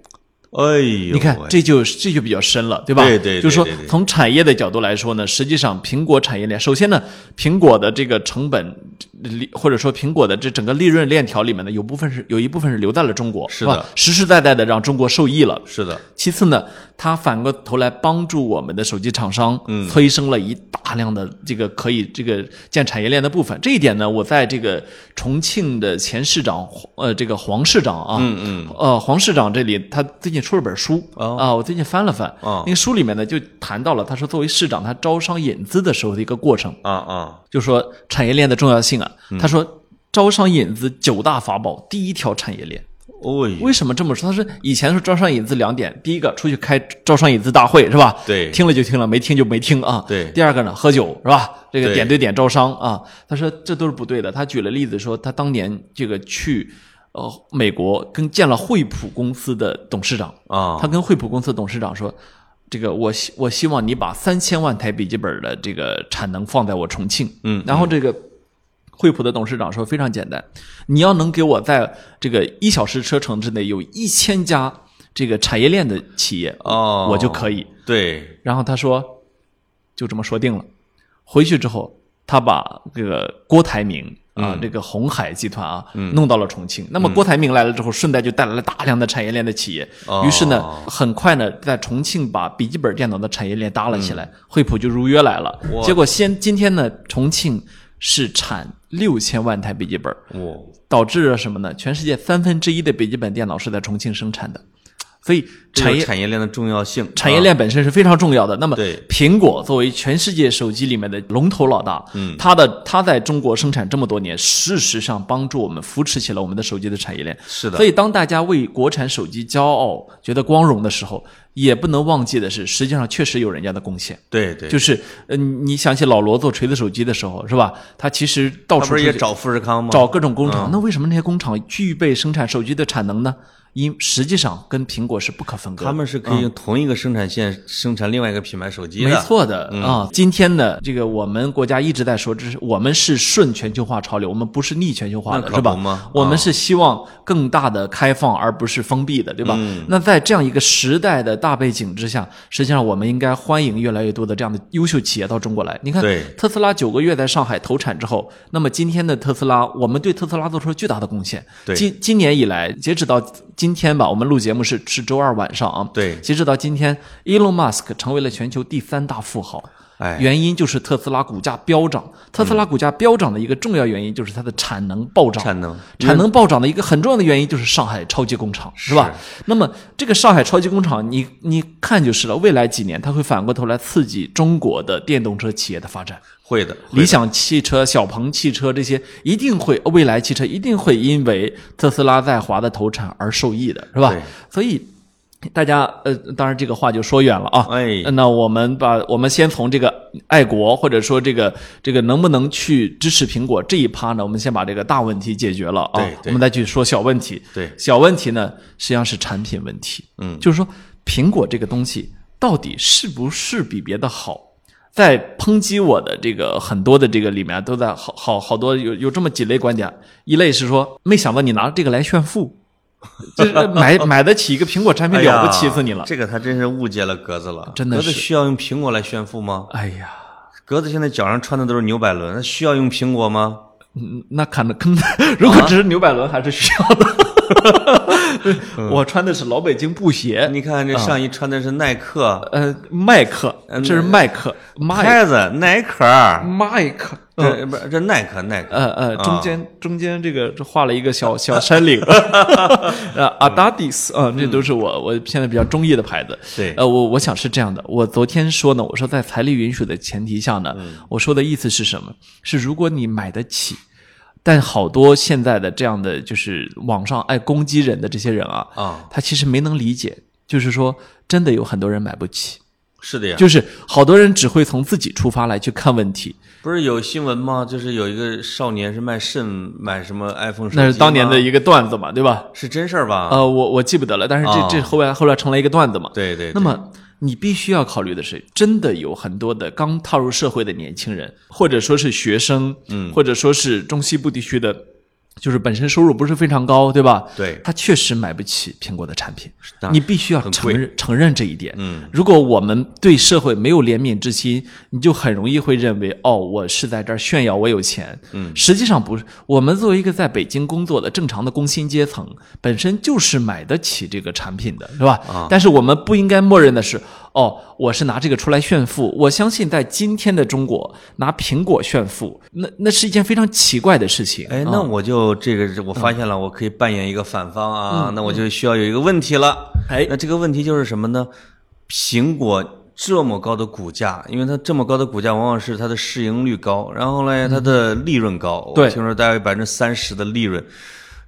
S2: 哎呦，
S1: 你看，
S2: 喂
S1: 这就这就比较深了，对吧？
S2: 对对对
S1: 就是说
S2: 对对，对
S1: 从产业的角度来说呢，实际上苹果产业链，首先呢，苹果的这个成本利，或者说苹果的这整个利润链条里面呢，有部分是有一部分是留在了中国，
S2: 是的
S1: 吧，实实在在的让中国受益了。
S2: 是的，
S1: 其次呢，它反过头来帮助我们的手机厂商，催生了一大量的这个可以这个建产业链的部分。这一点呢，我在这个重庆的前市长，呃，这个黄市长啊，嗯嗯，呃，黄市长这里他最近出了本书啊、
S2: 哦
S1: 我最近翻了翻，
S2: 哦
S1: 那个书里面呢就谈到了，他说作为市长，他招商引资的时候的一个过程，
S2: 啊啊，
S1: 就说产业链的重要性啊。他说招商引资九大法宝，第一条产业链。
S2: 哎呦，
S1: 为什么这么说？他是以前是招商引资两点，第一个出去开招商引资大会是吧？
S2: 对
S1: 听了就听了，没听就没听啊。
S2: 对
S1: 第二个呢，喝酒是吧？这个
S2: 对
S1: 点对点招商啊，他说这都是不对的。他举了例子说，他当年这个去呃美国跟见了惠普公司的董事长，
S2: 啊，
S1: 他跟惠普公司董事长说。这个我希我希望你把三千万台笔记本的这个产能放在我重庆，
S2: 嗯
S1: 然后这个惠普的董事长说非常简单，你要能给我在这个一小时车程之内有一千家这个产业链的企业，
S2: 哦，
S1: 我就可以。
S2: 对，
S1: 然后他说就这么说定了。回去之后，他把这个郭台铭。啊，这个红海集团啊，弄到了重庆。那么郭台铭来了之后，顺带就带来了大量的产业链的企业。
S2: 哦
S1: 于是呢，很快呢，在重庆把笔记本电脑的产业链搭了起来，惠普就如约来了。结果先今天呢，重庆是产六千万台笔记本，
S2: 我
S1: 导致了什么呢？全世界三分之一的笔记本电脑是在重庆生产的，所以
S2: 这
S1: 产
S2: 有
S1: 业
S2: 产业链的重要性，啊
S1: 产业链本身是非常重要的。那么
S2: 对，
S1: 苹果作为全世界手机里面的龙头老大，嗯，它的它在中国生产这么多年，事实上帮助我们扶持起了我们的手机的产业链。
S2: 是的
S1: 所以当大家为国产手机骄傲、觉得光荣的时候，也不能忘记的是，实际上确实有人家的贡献。
S2: 对对，
S1: 就是，呃，你想起老罗做锤子手机的时候，是吧？他其实到
S2: 他
S1: 处
S2: 不是也
S1: 出去
S2: 找富士康吗？嗯
S1: 找各种工厂，那为什么那些工厂具备生产手机的产能呢？因实际上跟苹果是不可分割的
S2: 他。们是可以用同一个生产线生产另外一个品牌手机的，
S1: 嗯
S2: 嗯
S1: 没错的啊、今天呢，这个我们国家一直在说，这是我们是顺全球化潮流，我们不是逆全球化
S2: 那
S1: 的，
S2: 可
S1: 是吧
S2: 不嘛？啊
S1: 我们是希望更大的开放，而不是封闭的，对吧、
S2: 嗯
S1: 那在这样一个时代的大背景之下，实际上我们应该欢迎越来越多的这样的优秀企业到中国来。你看
S2: 对，
S1: 特斯拉九个月在上海投产之后，那么今天的特斯拉，我们对特斯拉做出了巨大的贡献。
S2: 对
S1: 今今年以来，截止到今天吧，我们录节目是是周二晚上啊，
S2: 对
S1: 截止到今天，Elon Musk 成为了全球第三大富豪。
S2: 哎嗯
S1: 原因就是特斯拉股价飙涨。特斯拉股价飙涨的一个重要原因就是它的产能暴涨。
S2: 产能
S1: 产能暴涨的一个很重要的原因就是上海超级工厂，是吧？那么这个上海超级工厂，你你看就是了。未来几年，它会反过头来刺激中国的电动车企业的发展。
S2: 会的，
S1: 理想汽车、小鹏汽车这些一定会，未来汽车一定会因为特斯拉在华的投产而受益的，是吧
S2: 对？
S1: 所以。大家呃，当然这个话就说远了啊。
S2: 哎
S1: 那我们把我们先从这个爱国或者说这个这个能不能去支持苹果这一趴呢，我们先把这个大问题解决了啊
S2: 对。对
S1: 我们再去说小问题。
S2: 对
S1: 小问题呢实际上是产品问题。嗯，就是说苹果这个东西到底是不是比别的好？在抨击我的这个很多的这个里面，都在好好好多有有这么几类观点，一类是说没想到你拿这个来炫富，就是买 (laughs) 买得起一个苹果产品
S2: 哎呀
S1: 了不起死你了。
S2: 这个他真是误解了格子了，
S1: 真的
S2: 格子
S1: 是
S2: 需要用苹果来炫富吗？
S1: 哎呀，
S2: 格子现在脚上穿的都是牛百伦，那需要用苹果吗？
S1: 嗯那看着坑， (laughs) 如果只是牛百伦还是需要啊 (laughs) 的。我穿的是老北京布鞋，
S2: 你看这上衣穿的是耐克、
S1: 嗯呃，麦克，这是麦克，麦
S2: 牌子、耐克儿、
S1: 麦克，
S2: 这不是这耐克耐克，
S1: 嗯呃呃，中
S2: 嗯啊
S1: 间、中间这个这画了一个小小山岭， (laughs) 呃，Adidas 啊、这都是我我现在比较中意的牌子。
S2: 对
S1: 呃，我我想是这样的，我昨天说呢，我说在财力允许的前提下呢，我说的意思是什么？是如果你买得起。但好多现在的这样的就是网上爱攻击人的这些人啊，
S2: 啊
S1: 他其实没能理解，就是说真的有很多人买不起，
S2: 是的呀，
S1: 就是好多人只会从自己出发来去看问题，
S2: 不是有新闻吗？就是有一个少年是卖肾买什么 iPhone 手机吗，
S1: 那是当年的一个段子嘛，对吧？
S2: 是真事儿吧？
S1: 呃，我我记不得了，但是这
S2: 啊
S1: 这后来后来成了一个段子嘛。
S2: 对对，对
S1: 那么你必须要考虑的是，真的有很多的刚踏入社会的年轻人，或者说是学生，嗯，或者说是中西部地区的，就是本身收入不是非常高，对吧？
S2: 对
S1: 他确实买不起苹果的产品
S2: 的，
S1: 你必须要
S2: 很
S1: 承
S2: 贵
S1: 认承认这一点。
S2: 嗯，
S1: 如果我们对社会没有怜悯之心，你就很容易会认为，哦，我是在这儿炫耀我有钱。嗯，实际上不是。我们作为一个在北京工作的正常的工薪阶层，本身就是买得起这个产品的，是吧？啊、但是我们不应该默认的是，哦，我是拿这个出来炫富。我相信在今天的中国，拿苹果炫富，那那是一件非常奇怪的事情。
S2: 哎，
S1: 啊
S2: 那我就这个，我发现了，我可以扮演一个反方啊，那我就需要有一个问题了。
S1: 嗯哎
S2: 那这个问题就是什么呢？苹果这么高的股价，因为它这么高的股价，往往是它的市盈率高，然后呢，它的利润高，我
S1: 嗯对
S2: 听说大约百分之三十的利润。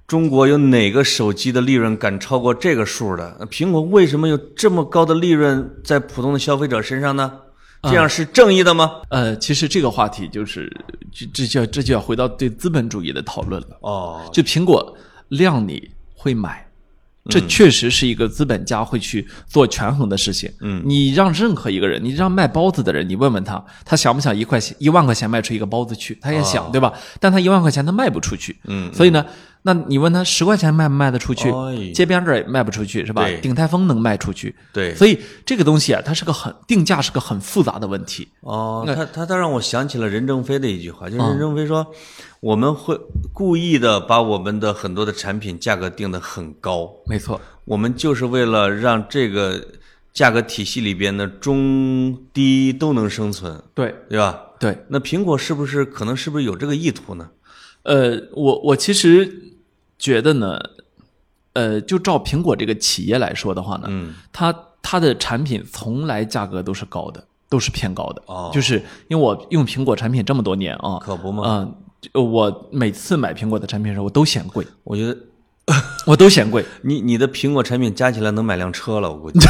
S2: 中国有哪个手机的利润敢超过这个数的？那苹果为什么有这么高的利润在普通的消费者身上呢？
S1: 嗯
S2: 这样是正义的吗？
S1: 呃，其实这个话题就是，这这就要这就要回到对资本主义的讨论了。
S2: 哦，
S1: 就苹果量你会买，这确实是一个资本家会去做权衡的事情。嗯，你让任何一个人，你让卖包子的人，你问问他，他想不想一块钱一万块钱卖出一个包子去？他也想，对吧？但他一万块钱他卖不出去。哦嗯，所以呢，那你问他十块钱卖不卖得出去？
S2: 哎
S1: 街边这儿也卖不出去是吧
S2: 对？
S1: 鼎泰丰能卖出去。
S2: 对，
S1: 所以这个东西啊，它是个很定价是个很复杂的问题。
S2: 哦，
S1: 那嗯
S2: 他他他让我想起了任正非的一句话，就是任正非说，我们会故意的把我们的很多的产品价格定得很高，
S1: 没错，
S2: 我们就是为了让这个价格体系里边的中低都能生存，
S1: 对
S2: 对吧？
S1: 对。
S2: 那苹果是不是可能是不是有这个意图呢？
S1: 呃，我我其实觉得呢，呃，就照苹果这个企业来说的话呢，
S2: 嗯，
S1: 它它的产品从来价格都是高的，都是偏高的。
S2: 哦
S1: 就是因为我用苹果产品这么多年啊，
S2: 可不
S1: 嗯、
S2: 嘛，
S1: 就我每次买苹果的产品的时候，我都嫌贵，
S2: 我觉得
S1: 我都嫌
S2: (laughs)
S1: 贵。
S2: 你你的苹果产品加起来能买辆车了，我估计
S1: 嗯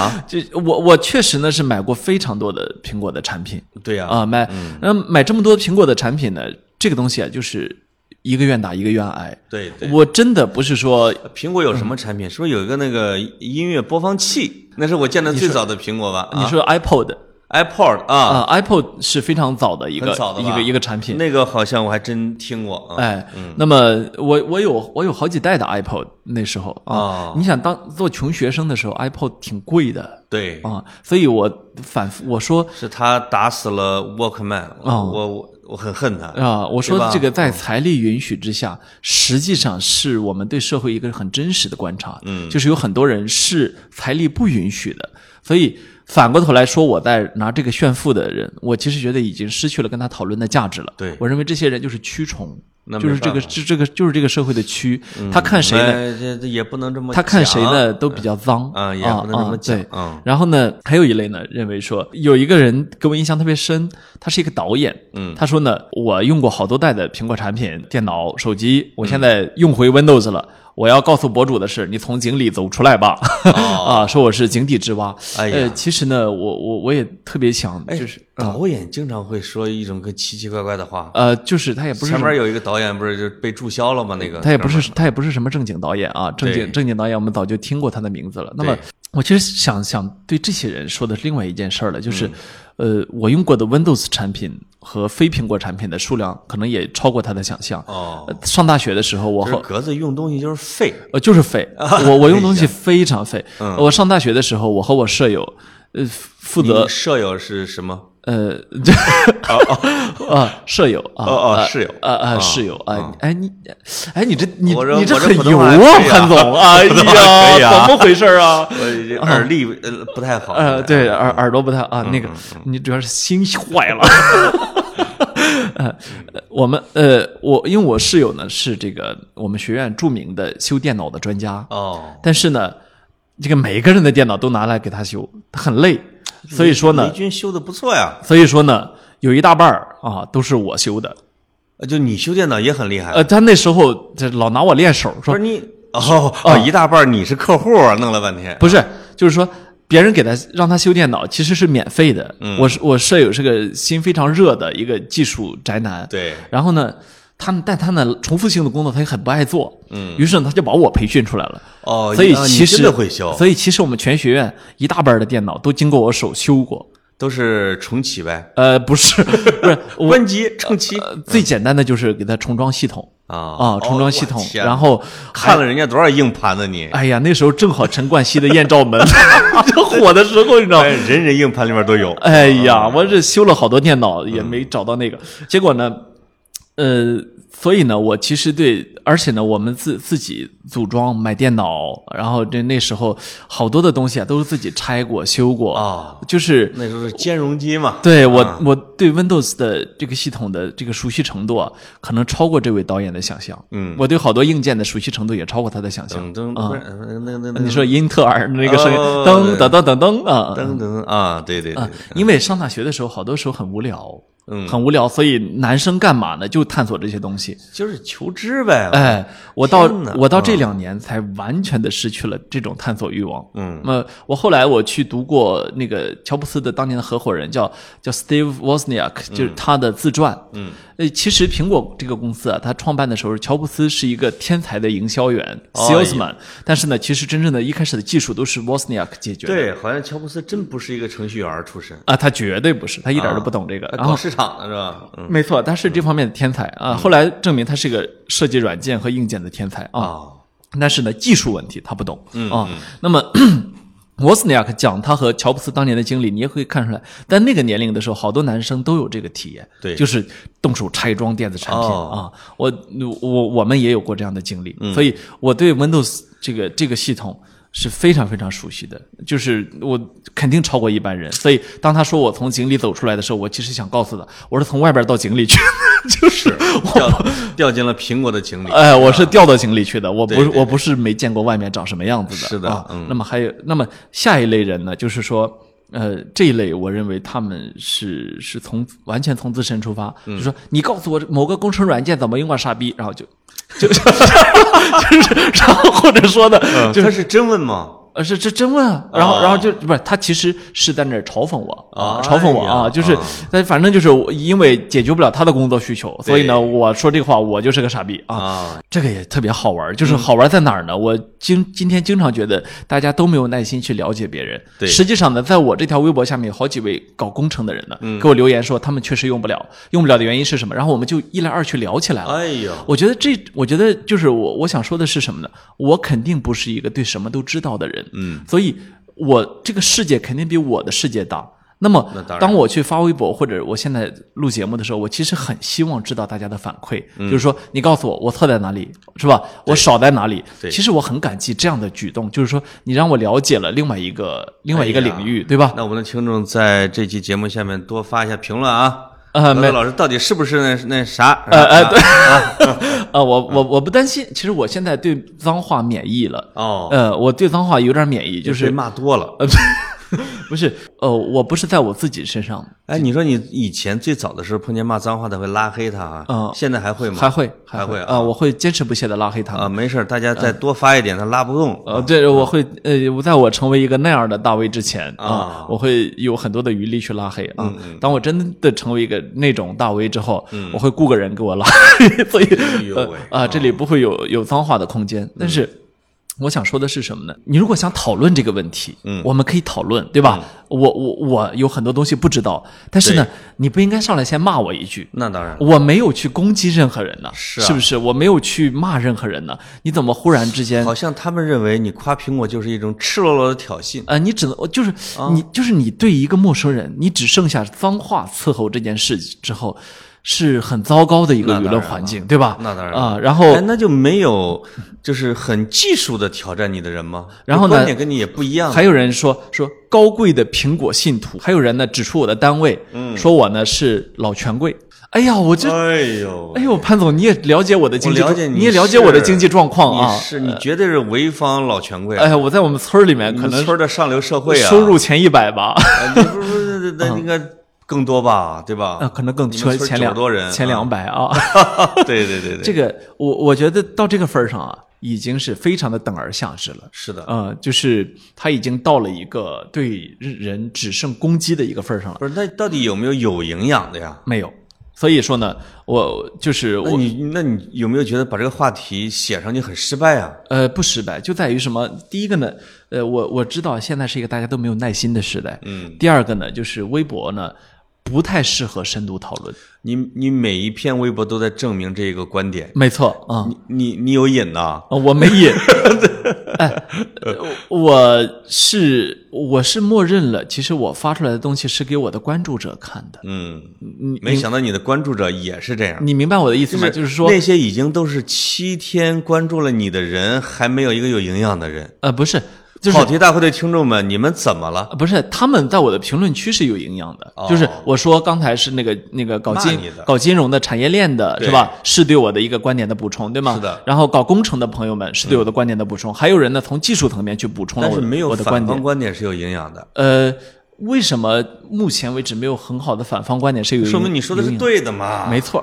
S2: 啊，
S1: 就我我确实呢是买过非常多的苹果的产品
S2: (laughs) 对呀、
S1: 啊、买
S2: 嗯
S1: 那、买这么多苹果的产品呢，这个东西啊就是一个愿打一个愿挨。
S2: 对对。
S1: 我真的不是说
S2: 苹果有什么产品？是不是有一个那个音乐播放器？那是我见的最早的苹果吧？
S1: 你说 iPod，
S2: 啊 iPod 啊，
S1: 啊、i p o d 是非常早的一个
S2: 很早的
S1: 一
S2: 吧
S1: 个一个产品。
S2: 那个好像我还真听过啊。
S1: 哎，那么我我有我有好几代的 iPod，那时候啊，
S2: 哦
S1: 你想当做穷学生的时候，iPod 挺贵的
S2: 对，
S1: 啊，所以我反复我说
S2: 是他打死了 Walkman，
S1: 哦
S2: 我我我很恨他。
S1: 啊，我
S2: 对
S1: 说
S2: 吧嗯
S1: 这个在财力允许之下，实际上是我们对社会一个很真实的观察，嗯，就是有很多人是财力不允许的，所以反过头来说，我在拿这个炫富的人，我其实觉得已经失去了跟他讨论的价值了。
S2: 对
S1: 我认为这些人就是蛆虫，
S2: 那没
S1: 就是这个
S2: 办法
S1: 这这个就是这个社会的蛆，他看谁呢？
S2: 哎这这也不能这么讲。
S1: 他看谁呢都比较脏
S2: 啊也不能这么讲
S1: 啊对
S2: 嗯
S1: 然后呢，还有一类呢，认为说有一个人给我印象特别深，他是一个导演，
S2: 嗯
S1: 他说呢，我用过好多代的苹果产品、电脑、手机，我现在用回 Windows 了。我要告诉博主的是，你从井里走出来吧！ (laughs) 啊，说我是井底之蛙。
S2: 嗯哦哎呀
S1: (laughs) 呃，其实呢，我我我也特别想，
S2: 哎
S1: 就是、
S2: 导演经常会说一种个奇奇怪怪的话。
S1: 呃，就是他也不是
S2: 前
S1: 什么
S2: 面有一个导演不是就被注销了吗？那个
S1: 他也不是他也不是什么正经导演啊，正
S2: 对
S1: 经正经导演我们早就听过他的名字了。那么
S2: 对
S1: 我其实想想对这些人说的是另外一件事儿了，
S2: 嗯
S1: 就是、呃，我用过的 Windows 产品和非苹果产品的数量可能也超过他的想象。
S2: 哦，
S1: 呃上大学的时候，我
S2: 就是
S1: 和
S2: 格子用东西就是废。
S1: 呃，就是
S2: (laughs)
S1: 废，我我用东
S2: 哎
S1: 西非常废。
S2: 嗯
S1: 呃我上大学的时候，我和我舍友，呃，负责
S2: 你舍友是
S1: (laughs)
S2: 什么？
S1: 呃，这啊，舍友啊，
S2: 哦哦
S1: 啊
S2: 室友
S1: 啊啊，
S2: 啊
S1: 室友啊，哎你，哎你这你
S2: 我这
S1: 你
S2: 我这
S1: 很
S2: 普通
S1: 油
S2: 话
S1: 啊
S2: 可以，啊
S1: 潘总，哎
S2: 普通话可以
S1: 呀，
S2: 啊
S1: 怎么回事啊？
S2: 我这耳力呃不太
S1: 哎
S2: 好。
S1: 嗯呃，对，耳耳朵不太啊，那个你主要是心坏了。呃，我们呃，我因为我室友呢是这个我们学院著名的修电脑的专家，
S2: 哦，
S1: 但是呢，这个每个人的电脑都拿来给他修，很累，所以说
S2: 雷
S1: 呢，
S2: 军修的不错呀，
S1: 所以说呢，有一大半儿啊都是我修的。
S2: 呃就你修电脑也很厉害，
S1: 呃，他那时候这老拿我练手，
S2: 不
S1: 说
S2: 是你哦哦，一大半儿你是客户啊，弄了半天，
S1: 不是，就是说别人给他让他修电脑其实是免费的。我是我舍友是个心非常热的一个技术宅男，
S2: 对，
S1: 然后呢，他但他呢重复性的工作他也很不爱做，
S2: 嗯，
S1: 于是呢他就把我培训出来了。
S2: 哦，
S1: 所以
S2: 啊
S1: 其
S2: 你
S1: 实
S2: 真的会修，
S1: 所以其实我们全学院一大半儿的电脑都经过我手修过。
S2: 都是重启呗，
S1: 呃，不是， (laughs) 不是，我
S2: 关机重启
S1: 呃最简单的就是给它重装系统
S2: 啊
S1: 啊，重装系统，然
S2: 后
S1: 后
S2: 看了人家多少硬盘呢你，
S1: 哎呀，那时候正好陈冠希的《艳照门》 (laughs) 就火的时候，你知道吗
S2: 哎，？人人硬盘里面都有，
S1: (laughs) 哎
S2: 啊
S1: 呀，我这修了好多电脑也没找到那个，结果呢，呃，所以呢，我其实对，而且呢，我们自自己组装买电脑，然后这那时候好多的东西啊都是自己拆过修过，
S2: 哦
S1: 就是
S2: 那时候是兼容机嘛，
S1: 对我、我对 Windows 的这个系统的这个熟悉程度啊，可能超过这位导演的想象。
S2: 嗯
S1: 我对好多硬件的熟悉程度也超过他的想象。
S2: 噔噔不是呃那那那
S1: 啊你说英特尔那个声音，
S2: 哦
S1: 噔噔噔噔噔啊，
S2: 噔噔啊，对对对
S1: 啊，因为上大学的时候，好多时候很无聊，
S2: 嗯
S1: 很无聊，所以男生干嘛呢？就探索这些东西。
S2: 就是求知呗，
S1: 哎，我到
S2: 啊天哪嗯
S1: 我到这两年才完全的失去了这种探索欲望。
S2: 嗯，
S1: 那、我后来我去读过那个乔布斯的当年的合伙人叫叫 Steve Wozniak，就是他的自传。
S2: 嗯，
S1: 呃，其实苹果这个公司啊，它创办的时候，乔布斯是一个天才的营销员
S2: 哦也
S1: salesman，但是呢，其实真正的一开始的技术都是 Wozniak 解决的。
S2: 对，好像乔布斯真不是一个程序员出身，
S1: 啊，他绝对不是，他一点儿都不懂这个。呃
S2: 他
S1: 然后
S2: 搞市场的是吧？嗯
S1: 没错，他是这方面的天才啊。后来证明他是个设计软件和硬件的天才啊，
S2: 啊，
S1: 但是呢，技术问题他不懂
S2: 嗯
S1: 啊。那么。 (coughs) 沃斯尼亚克讲他和乔布斯当年的经历，你也会看出来，在那个年龄的时候，好多男生都有这个体验，
S2: 对
S1: 就是动手拆装电子产品、
S2: 哦嗯
S1: 啊。我我我们也有过这样的经历，所以我对 Windows 这个这个系统是非常非常熟悉的，就是我肯定超过一般人。所以当他说我从井里走出来的时候，我其实想告诉他，我是从外边到井里去，就是
S2: 掉 (laughs) 掉进了苹果的井里，
S1: 哎，我是掉到井里去的，我不是
S2: 啊对对
S1: 我不是没见过外面长什么样子的。
S2: 是的
S1: 啊
S2: 嗯
S1: 那么还有，那么下一类人呢，就是说。呃，这一类我认为他们是是从完全从自身出发，
S2: 嗯
S1: 就说你告诉我某个工程软件怎么用啊，傻逼，然后就就 (laughs) 就就是，然后或者说呢，呃就
S2: 他是真问吗？
S1: 呃，是这真问啊，然后、
S2: 哦
S1: 然后就不是他其实是在那儿嘲讽我啊，
S2: 哎
S1: 嘲讽我啊，
S2: 呀
S1: 就是
S2: 啊
S1: 但反正就是我因为解决不了他的工作需求，所以呢，我说这话我就是个傻逼啊，
S2: 啊，
S1: 这个也特别好玩儿，就是好玩在哪儿呢？我今今天经常觉得大家都没有耐心去了解别人。
S2: 对
S1: 实际上呢，在我这条微博下面有好几位搞工程的人呢，给我留言说他们确实用不了，用不了的原因是什么？然后我们就一来二去聊起来了。
S2: 哎呦，
S1: 我觉得这，我觉得就是我我想说的是什么呢？我肯定不是一个对什么都知道的人，
S2: 嗯，
S1: 所以我这个世界肯定比我的世界大。那么
S2: 那当，然
S1: 当我去发微博或者我现在录节目的时候，我其实很希望知道大家的反馈，
S2: 嗯
S1: 就是说你告诉我我错在哪里，是吧？我少在哪里？
S2: 对
S1: 其实我很感激这样的举动，就是说你让我了解了另外一个另外一个
S2: 哎呀
S1: 领域，对吧？
S2: 那我们的听众在这期节目下面多发一下评论啊。
S1: 啊
S2: 德
S1: 没
S2: 德老师到底是不是那那啥？
S1: 呃呃，对
S2: 啊，
S1: 啊，我我我不担心，其实我现在对脏话免疫了。
S2: 哦，
S1: 呃，我对脏话有点免疫，就
S2: 被
S1: 是呃
S2: 骂多了。
S1: 不是，呃，我不是在我自己身上，
S2: 哎，你说你以前最早的时候碰见骂脏话的会拉黑他啊？
S1: 嗯
S2: 现在还会吗？
S1: 还会
S2: 还会
S1: 啊、
S2: 啊
S1: 我会坚持不懈的拉黑他们。
S2: 啊，没事儿，大家再
S1: 嗯
S2: 多发一点，他拉不动。
S1: 呃，对，我会呃，我在我成为一个那样的大 V 之前啊
S2: 啊，嗯
S1: 我会有很多的余力去拉黑啊。当我真的成为一个那种大 V 之后，我会雇个人给我拉黑， (laughs) 所以
S2: 哎呦
S1: 呃
S2: 喂嗯
S1: 啊，这里不会有有脏话的空间。但是我想说的是什么呢？你如果想讨论这个问题，嗯，我们可以讨论，对
S2: 嗯
S1: 吧？我我我有很多东西不知道，但是呢，你不应该上来先骂我一句，
S2: 那当然，
S1: 我没有去攻击任何人呢，
S2: 是啊
S1: 不是？我没有去骂任何人呢，你怎么忽然之间？
S2: 好像他们认为你夸苹果就是一种赤裸裸的挑衅。
S1: 呃，你只能就是
S2: 啊
S1: 你就是你对一个陌生人，你只剩下脏话伺候这件事之后，是很糟糕的一个
S2: 那
S1: 舆
S2: 当
S1: 论
S2: 然
S1: 环境，对吧？
S2: 那当然
S1: 啊、然后
S2: 哎，那就没有就是很技术的挑战你的人吗？
S1: (laughs) 然后呢
S2: 观点跟你也不一样。
S1: 还有人说说高贵的苹果信徒，还有人呢指出我的单位，说我呢是老权贵。哎呀，我这，
S2: 嗯哎呦，
S1: 哎呦，潘总，你也了解我的经济
S2: 我
S1: 状，
S2: 了解你
S1: 也了解我的
S2: 是
S1: 经济状况啊
S2: 你。是你绝对是潍坊老权贵啊，
S1: 哎呀，我在我们村儿里面
S2: 你
S1: 可
S2: 们
S1: 能
S2: 村儿的上流社会啊，
S1: 收入前一百吧，
S2: 啊 (laughs) 你不是不是那那应该更多吧，对吧？
S1: 呃可能 (laughs) 更
S2: 你们
S1: 前
S2: 村
S1: 前
S2: 九
S1: 两
S2: 十多人，
S1: 前两百啊。
S2: 啊，对对对对，
S1: (laughs) 这个我我觉得到这个份儿上啊，已经是非常的等而下之了。
S2: 是的，
S1: 呃，就是他已经到了一个对人只剩攻击的一个份儿上了，
S2: 不是那到底有没有有营养的呀？
S1: 没有。所以说呢，我就是
S2: 那
S1: 我
S2: 你那你有没有觉得把这个话题写上去很失败啊？
S1: 呃，不失败就在于什么？第一个呢，呃，我我知道现在是一个大家都没有耐心的时代。
S2: 嗯，
S1: 第二个呢，就是微博呢不太适合深度讨论。
S2: 你你每一篇微博都在证明这个观点，
S1: 没错啊、
S2: 你你你有瘾呐？
S1: 呃我没
S2: (laughs)
S1: 瘾。哎，呃我是我是默认了，其实我发出来的东西是给我的关注者看的。
S2: 嗯，
S1: 你
S2: 没想到你的关注者也是这样。
S1: 你明白我的意思吗？就是说，
S2: 那些已经都是七天关注了你的人，还没有一个有营养的人。
S1: 呃，不是，就是
S2: 跑题大会的听众们，你们怎么了？
S1: 呃不是，他们在我的评论区是有营养的，
S2: 哦
S1: 就是我说刚才是那个那个搞金
S2: 骂你的
S1: 搞金融的产业链的
S2: 对
S1: 是吧？是对我的一个观点的补充，对吗？
S2: 是的。嗯
S1: 然后搞工程的朋友们是对我的观点的补充，还有人呢从技术层面去补充了我
S2: 但是
S1: 的
S2: 没有
S1: 我的
S2: 反
S1: 观
S2: 方
S1: 点。
S2: 观点是有营养的，
S1: 呃，为什么目前为止没有很好的反方观点是有？
S2: 说明你说的是
S1: 有
S2: 对的啊嘛，
S1: 没错，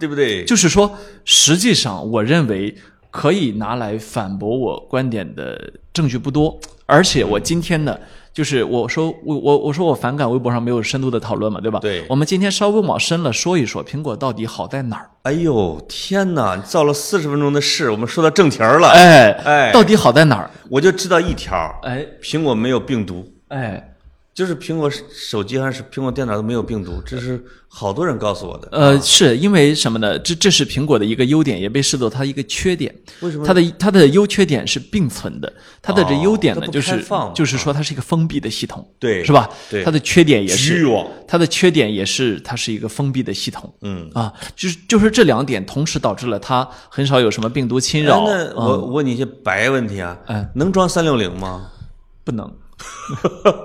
S2: 对不对？
S1: 就是说，实际上我认为可以拿来反驳我观点的证据不多，而且我今天呢，就是我说我我我说我反感微博上没有深度的讨论嘛，对吧？
S2: 对
S1: 我们今天稍微往深了说一说，苹果到底好在哪儿？
S2: 哎呦天哪，造了四十分钟的事，我们说到正题儿了。
S1: 哎
S2: 哎
S1: 到底好在哪儿？
S2: 我就知道一条，
S1: 哎
S2: 苹果没有病毒，
S1: 哎，
S2: 就是苹果手机还是苹果电脑都没有病毒，这是好多人告诉我的。
S1: 呃，是因为什么呢？这这是苹果的一个优点，也被视作它一个缺点。
S2: 为什么
S1: 它的它的优缺点是并存的，它的这
S2: 哦
S1: 优点呢，
S2: 它不
S1: 就是
S2: 开放嘛
S1: 就是说它是一个封闭的系统，
S2: 对
S1: 是吧？
S2: 对
S1: 它的缺点也是
S2: 虚妄？
S1: 它的缺点也是它是一个封闭的系统
S2: 嗯，
S1: 啊，就是就是这两点同时导致了它很少有什么病毒侵
S2: 哎
S1: 扰，嗯
S2: 那我我问你一些白问题啊，
S1: 哎
S2: 能装三六零吗？
S1: 不能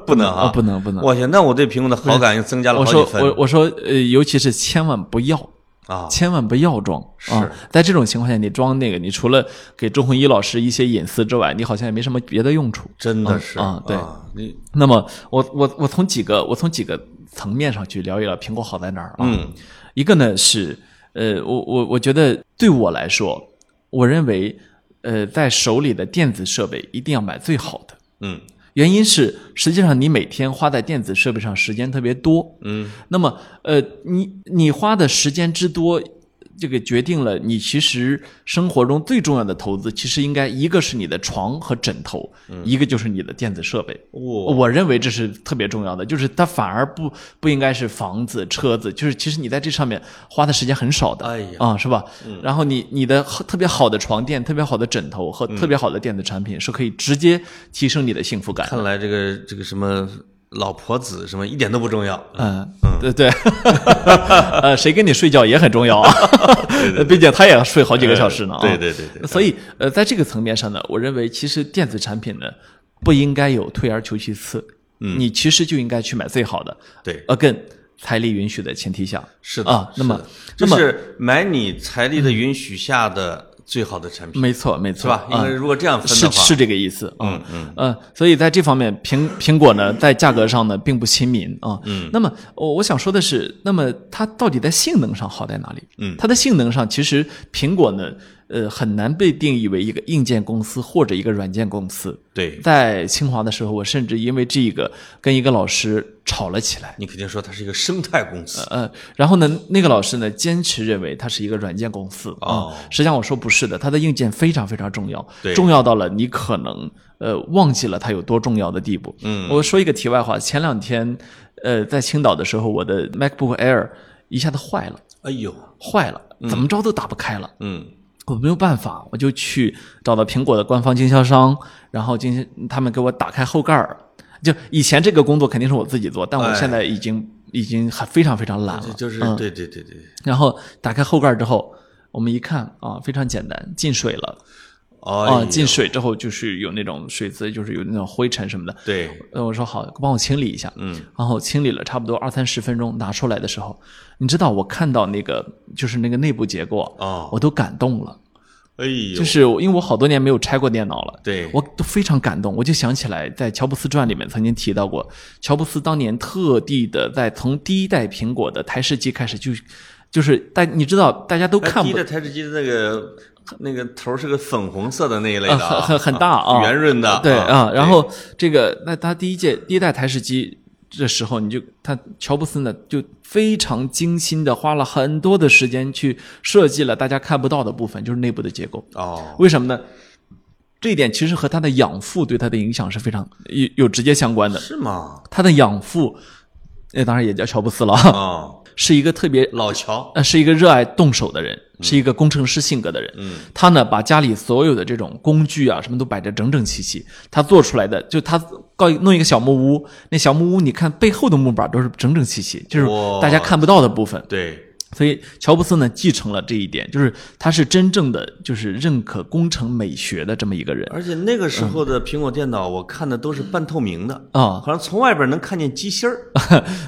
S2: 不能
S1: 啊，
S2: 啊，
S1: 不能不能。
S2: 我去，那我对苹果的好感又增加了
S1: 我
S2: 好几
S1: 说
S2: 分
S1: 我我说呃，尤其是千万不要。
S2: 啊！
S1: 千万不要装啊！在这种情况下，你装那个，你除了给周鸿祎老师一些隐私之外，你好像也没什么别的用处。
S2: 真的是
S1: 啊对
S2: 你
S1: 那么，我我我从几个我从几个层面上去聊一聊苹果好在哪儿啊？
S2: 嗯，
S1: 一个呢是，呃，我我我觉得对我来说，我认为，呃，在手里的电子设备一定要买最好的。
S2: 嗯
S1: 原因是，实际上你每天花在电子设备上时间特别多，
S2: 嗯，
S1: 那么呃，你你花的时间之多，这个决定了你其实生活中最重要的投资，其实应该一个是你的床和枕头，
S2: 嗯
S1: 一个就是你的电子设备。
S2: 我
S1: 我认为这是特别重要的，就是它反而不不应该是房子、车子，就是其实你在这上面花的时间很少的，
S2: 哎呀
S1: 啊、是吧？然后你你的特别好的床垫、特别好的枕头和
S2: 嗯
S1: 特别好的电子产品是可以直接提升你的幸福感的。
S2: 看来这个这个什么老婆子什么一点都不重要，
S1: 嗯，对对， (laughs) 呃，谁跟你睡觉也很重要啊， (laughs) 毕竟他也睡好几个小时呢、啊
S2: 哎对对对对
S1: 所以呃，在这个层面上呢，我认为其实电子产品呢不应该有退而求其次，嗯，你其实就应该去买最好的，
S2: 对，
S1: 呃，更财力允许的前提下，
S2: 是的
S1: 啊，那么
S2: 就
S1: 那么
S2: 是买你财力的允许下的最好的产品，
S1: 没错没错，
S2: 是吧？
S1: 啊
S2: 应该如果这样分
S1: 是
S2: 的话，
S1: 是这个意思啊，嗯呃，所以在这方面，苹苹果呢，在价格上呢，并不亲民啊。嗯，那么我我想说的是，那么它到底在性能上好在哪里？
S2: 嗯
S1: 它的性能上，其实苹果呢，呃，很难被定义为一个硬件公司或者一个软件公司。
S2: 对，
S1: 在清华的时候，我甚至因为这个跟一个老师吵了起来。
S2: 你肯定说它是一个生态公司，
S1: 呃，然后呢，那个老师呢坚持认为它是一个软件公司啊、
S2: 哦
S1: 实际上我说不是的，它的硬件非常非常重要
S2: 对，
S1: 重要到了你可能呃忘记了它有多重要的地步。嗯，我说一个题外话，前两天呃在青岛的时候，我的 MacBook Air 一下子坏了，
S2: 哎呦，
S1: 坏了，怎么着都打不开了。
S2: 嗯
S1: 我没有办法，我就去找到苹果的官方经销商，然后经他们给我打开后盖儿。就以前这个工作肯定是我自己做，但我
S2: 哎
S1: 现在已经、已经很非常非常懒了
S2: 嗯这。就是、
S1: 嗯
S2: 对对对对，
S1: 然后打开后盖之后，我们一看啊，非常简单，进水了。
S2: 哎
S1: 啊、
S2: 呦
S1: 进水之后就是有那种水渍，就是有那种灰尘什么的。
S2: 对，
S1: 呃，我说好，帮我清理一下。
S2: 嗯，
S1: 然后清理了差不多二三十分钟，拿出来的时候，你知道我看到那个就是那个内部结构，啊
S2: 哦
S1: 我都感动了。
S2: 哎呦，
S1: 就是我因为我好多年没有拆过电脑了，
S2: 对，
S1: 我都非常感动。我就想起来，在乔布斯传里面曾经提到过，乔布斯当年特地的在从第一代苹果的台式机开始就，就是大你知道大家都
S2: 哎
S1: 看
S2: 低
S1: 不
S2: 的台式机的那个那个头儿是个粉红色的那一类
S1: 呃
S2: 的
S1: 很
S2: 啊，
S1: 很很大啊，
S2: 圆润的，
S1: 对
S2: 啊，
S1: 然后这个那他第一届第一代台式机这时候，你就他乔布斯呢就非常精心的花了很多的时间去设计了大家看不到的部分，就是内部的结构。
S2: 哦，
S1: 为什么呢？这一点其实和他的养父对他的影响是非常有有直接相关的。
S2: 是吗？
S1: 他的养父，那当然也叫乔布斯了， (laughs) 啊，
S2: 啊，
S1: 是一个特别
S2: 老乔，
S1: 呃，是一个热爱动手的人，是一个工程师性格的人。
S2: 嗯，
S1: 他呢把家里所有的这种工具啊，什么都摆得整整齐齐。他做出来的，就他搞弄一个小木屋，那小木屋你看背后的木板都是整整齐齐，就是
S2: 哇
S1: 大家看不到的部分。
S2: 对，
S1: 所以乔布斯呢继承了这一点，就是他是真正的就是认可工程美学的这么一个人
S2: 而且那个时候
S1: 嗯
S2: 的苹果电脑，我看的都是半透明的，
S1: 啊。
S2: 好像从外边能看见机芯
S1: (laughs)
S2: 儿，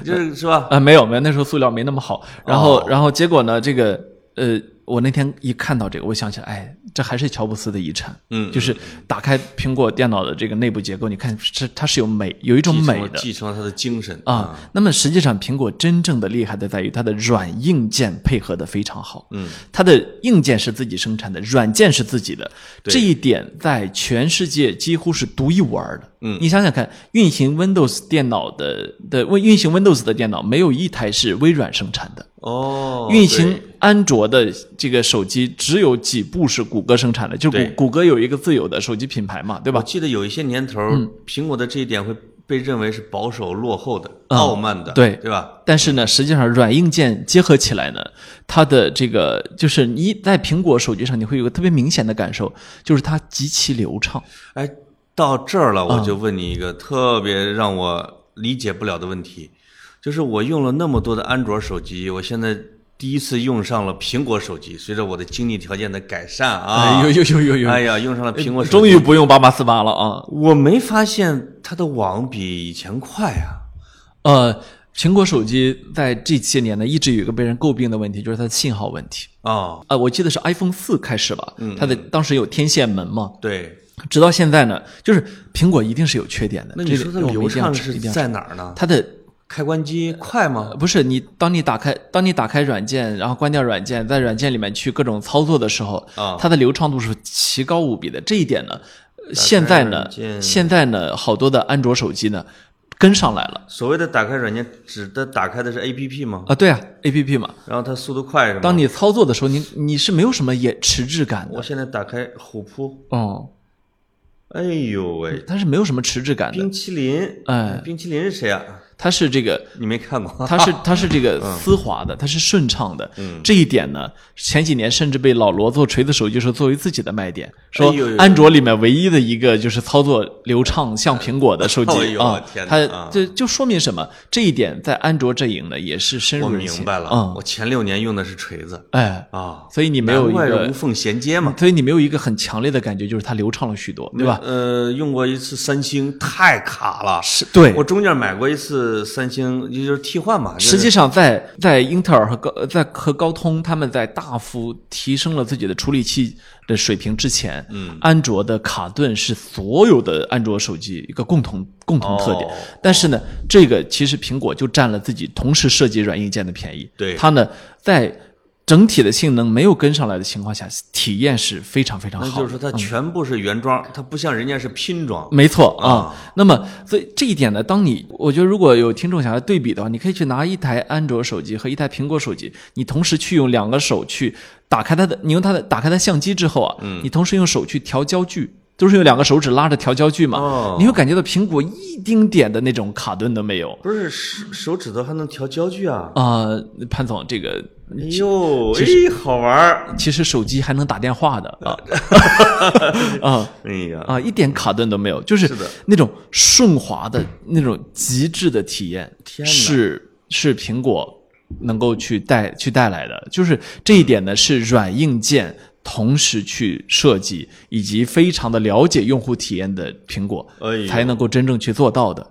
S2: 就是是吧？
S1: 啊，没有没有，那时候塑料没那么好。然后、
S2: 哦
S1: 然后结果呢，这个呃，我那天一看到这个，我想起来，哎，这还是乔布斯的遗产。
S2: 嗯
S1: 就是打开苹果电脑的这个内部结构，你看是它是有美，有一种
S2: 继承
S1: 美
S2: 了
S1: 的。
S2: 继承了他的精神嗯
S1: 啊，那么实际上，苹果真正的厉害的在于它的软硬件配合的非常好。
S2: 嗯，
S1: 它的硬件是自己生产的，软件是自己的，
S2: 对
S1: 这一点在全世界几乎是独一无二的。
S2: 嗯
S1: 你想想看，运行 Windows 电脑的的运运行 Windows 的电脑，没有一台是微软生产的。
S2: 哦，
S1: 运行
S2: 对
S1: 安卓的这个手机，只有几部是谷歌生产的，就谷
S2: 对
S1: 谷歌有一个自有的手机品牌嘛，对
S2: 我
S1: 吧？嗯
S2: 记得有一些年头，苹果的这一点会被认为是保守、落后的、傲慢的，
S1: 嗯对
S2: 对吧？
S1: 但是呢，实际上软硬件结合起来呢，它的这个就是你一在苹果手机上，你会有个特别明显的感受，就是它极其流畅。
S2: 哎，到这儿
S1: 嗯
S2: 了，我就问你一个特别让我理解不了的问题，就是我用了那么多的安卓手机，我现在第一次用上了苹果手机。随着我的经济条件的改善啊，
S1: 哎呦呦呦呦呦！
S2: 哎呀，用上了苹果手
S1: 哎终
S2: 机，
S1: 于不用八八四八了啊！
S2: 我没发现它的网比以前快啊。
S1: 呃，苹果手机在这些年呢，一直有一个被人诟病的问题，就是它的信号问题。
S2: 哦，
S1: 啊、我记得是 iPhone 四开始吧，
S2: 嗯
S1: 它的当时有天线门嘛，
S2: 对，
S1: 直到现在呢，就是苹果一定是有缺点的。
S2: 那你
S1: 这
S2: 说
S1: 个
S2: 它
S1: 我们一
S2: 流
S1: 定要
S2: 畅
S1: 承
S2: 是
S1: 一定要承
S2: 在哪儿呢？
S1: 它的
S2: 开关机快吗
S1: 呃？不是你，当你打开，当你打开软件，然后关掉软件，在软件里面去各种操作的时候，
S2: 啊
S1: 它的流畅度是奇高无比的。这一点呢，呃现在呢
S2: 软，件
S1: 现在呢，好多的安卓手机呢跟上来了
S2: 所谓的打开软件，指的打开的是 A P P 吗？
S1: 啊，对啊，A P P 嘛，
S2: 然后它速度快是吗？
S1: 当你操作的时候，你你是没有什么也迟滞感的
S2: 我，现在打开虎扑，
S1: 哦、
S2: 哎呦喂，
S1: 它是没有什么迟滞感的，
S2: 冰淇淋，
S1: 哎
S2: 冰淇淋是谁啊？
S1: 它是这个
S2: 你没
S1: (laughs)
S2: 看过？
S1: 它是它是这个丝滑的，它是顺畅的。
S2: 嗯
S1: 这一点呢，前几年甚至被老罗做锤子手机时候作为自己的卖点，说
S2: 哎呦呦
S1: 安卓里面唯一的一个就是操作流畅像苹果的手
S2: 哎
S1: 机
S2: 呦
S1: 啊
S2: 天，哪
S1: 它
S2: 啊
S1: 这就说明什么？这一点在安卓阵营呢也是深入
S2: (laughs) 我
S1: 人心
S2: 明白了，
S1: 嗯，
S2: 我前六年用的是锤子
S1: 哎，
S2: 啊，
S1: 所以你没有一
S2: 难怪是无
S1: 个，嗯
S2: 缝衔接嘛，
S1: 所以你没有一个很强烈的感觉，就是它流畅了许多，对吧？
S2: 呃，用过一次三星，太卡了。
S1: 是对
S2: 我。中间买过一次三星，也就是替换嘛。就是
S1: 实际上在，在英特尔和高在和高通他们在大幅提升了自己的处理器的水平之前，
S2: 嗯，
S1: 安卓的卡顿是所有的安卓手机一个共同共同特点。
S2: 哦
S1: 但是呢，这个其实苹果就占了自己同时设计软硬件的便宜。
S2: 对
S1: 它呢在整体的性能没有跟上来的情况下，体验是非常非常
S2: 那
S1: 好嗯
S2: 就
S1: 的
S2: 是。说它全部是原装，它不像人家是拼装。
S1: 没错啊。那么，所以这一点呢，当你我觉得如果有听众想要对比的话，你可以去拿一台安卓手机和一台苹果手机，你同时去用两个手去打开它的，你用它的打开它相机之后啊，你同时用手去调焦距。都是用两个手指拉着调焦距嘛，
S2: 哦
S1: 你会感觉到苹果一丁点的那种卡顿都没有。
S2: 不是手手指头还能调焦距啊？
S1: 啊，潘总，这个
S2: 哎呦，哎，好玩儿！
S1: 其实手机还能打电话的啊啊
S2: 哎呀，
S1: 啊，一点卡顿都没有，就是
S2: 是的
S1: 那种顺滑的那种极致的体验，
S2: 天哪
S1: 是是苹果能够去带去带来的，就是这一点呢，是软硬件同时去设计，以及非常的了解用户体验的苹果，
S2: 哎呦
S1: 才能够真正去做到的，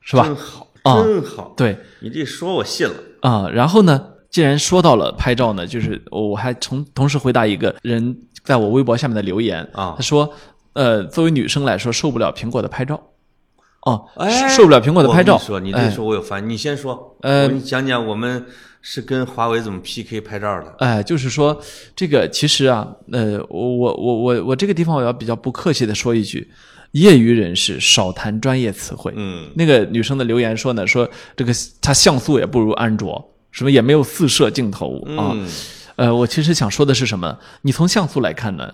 S1: 是
S2: 是
S1: 吧
S2: 真？好，
S1: 啊
S2: 真好。
S1: 对
S2: 你这说我信了。
S1: 啊、然后呢，既然说到了拍照呢，就是我还从同时回答一个人在我微博下面的留言
S2: 啊
S1: 他说，呃，作为女生来说，受不了苹果的拍照，哦，
S2: 哎，
S1: 受不了苹果的拍照
S2: 我，跟你说，你
S1: 哎
S2: 这说我有发现，你先说。
S1: 呃
S2: 我给你讲讲我们是跟华为怎么 PK 拍照的。
S1: 哎，就是说，这个其实啊，呃，我我我我我这个地方我要比较不客气的说一句，业余人士少谈专业词汇。
S2: 嗯，
S1: 那个女生的留言说呢，说这个它像素也不如安卓，什么也没有四摄镜头啊。
S2: 嗯
S1: 呃，我其实想说的是什么？你从像素来看呢，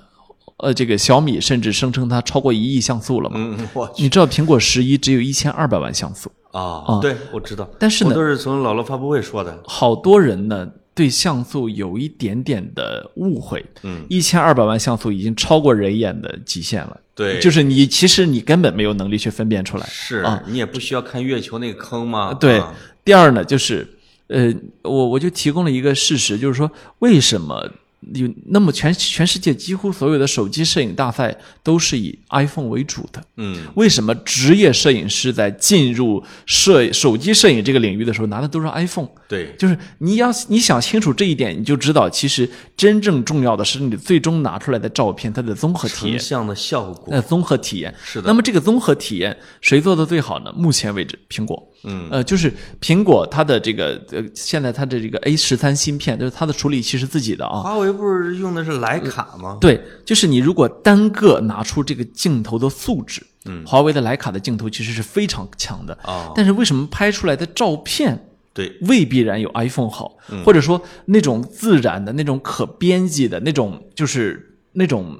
S1: 呃，这个小米甚至声称它超过一亿像素了嘛？
S2: 嗯，我去
S1: 啊你知道苹果十一只有一千二百万像素，
S2: 啊，对，我知道。
S1: 但是呢
S2: 我都是从老罗发布会说的。
S1: 好多人呢对像素有一点点的误会，
S2: 嗯，
S1: 一千二百万像素已经超过人眼的极限了，
S2: 对，
S1: 就是是你其实你根本没有能力去分辨出来。啊
S2: 你也不需要看月球那个坑嘛。
S1: 对
S2: 啊，
S1: 第二呢，就是呃，我我就提供了一个事实，就是说为什么有那么全全世界几乎所有的手机摄影大赛都是以 iPhone 为主的？
S2: 嗯，
S1: 为什么职业摄影师在进入摄手机摄影这个领域的时候拿的都是 iPhone？
S2: 对，
S1: 就是你要你想清楚这一点，你就知道，其实真正重要的是你最终拿出来的照片它的综合体
S2: 成
S1: 验，
S2: 像的效果
S1: 那综合体验。
S2: 是
S1: 那
S2: 的。
S1: 么这个综合体验谁做的最好呢？目前为止，苹果。
S2: 嗯，
S1: 呃，就是苹果它的这个呃，现在它的这个 A 十三芯片，就是它的处理器是自己的啊。
S2: 华为不是用的是徕卡吗？
S1: 对，就是你如果单个拿出这个镜头的素质，嗯，华为的徕卡的镜头其实是非常强的，
S2: 啊，
S1: 但是为什么拍出来的照片
S2: 对，
S1: 未必然有 iPhone 好，
S2: 嗯
S1: 或者说那种自然的、那种可编辑的、那种就是那种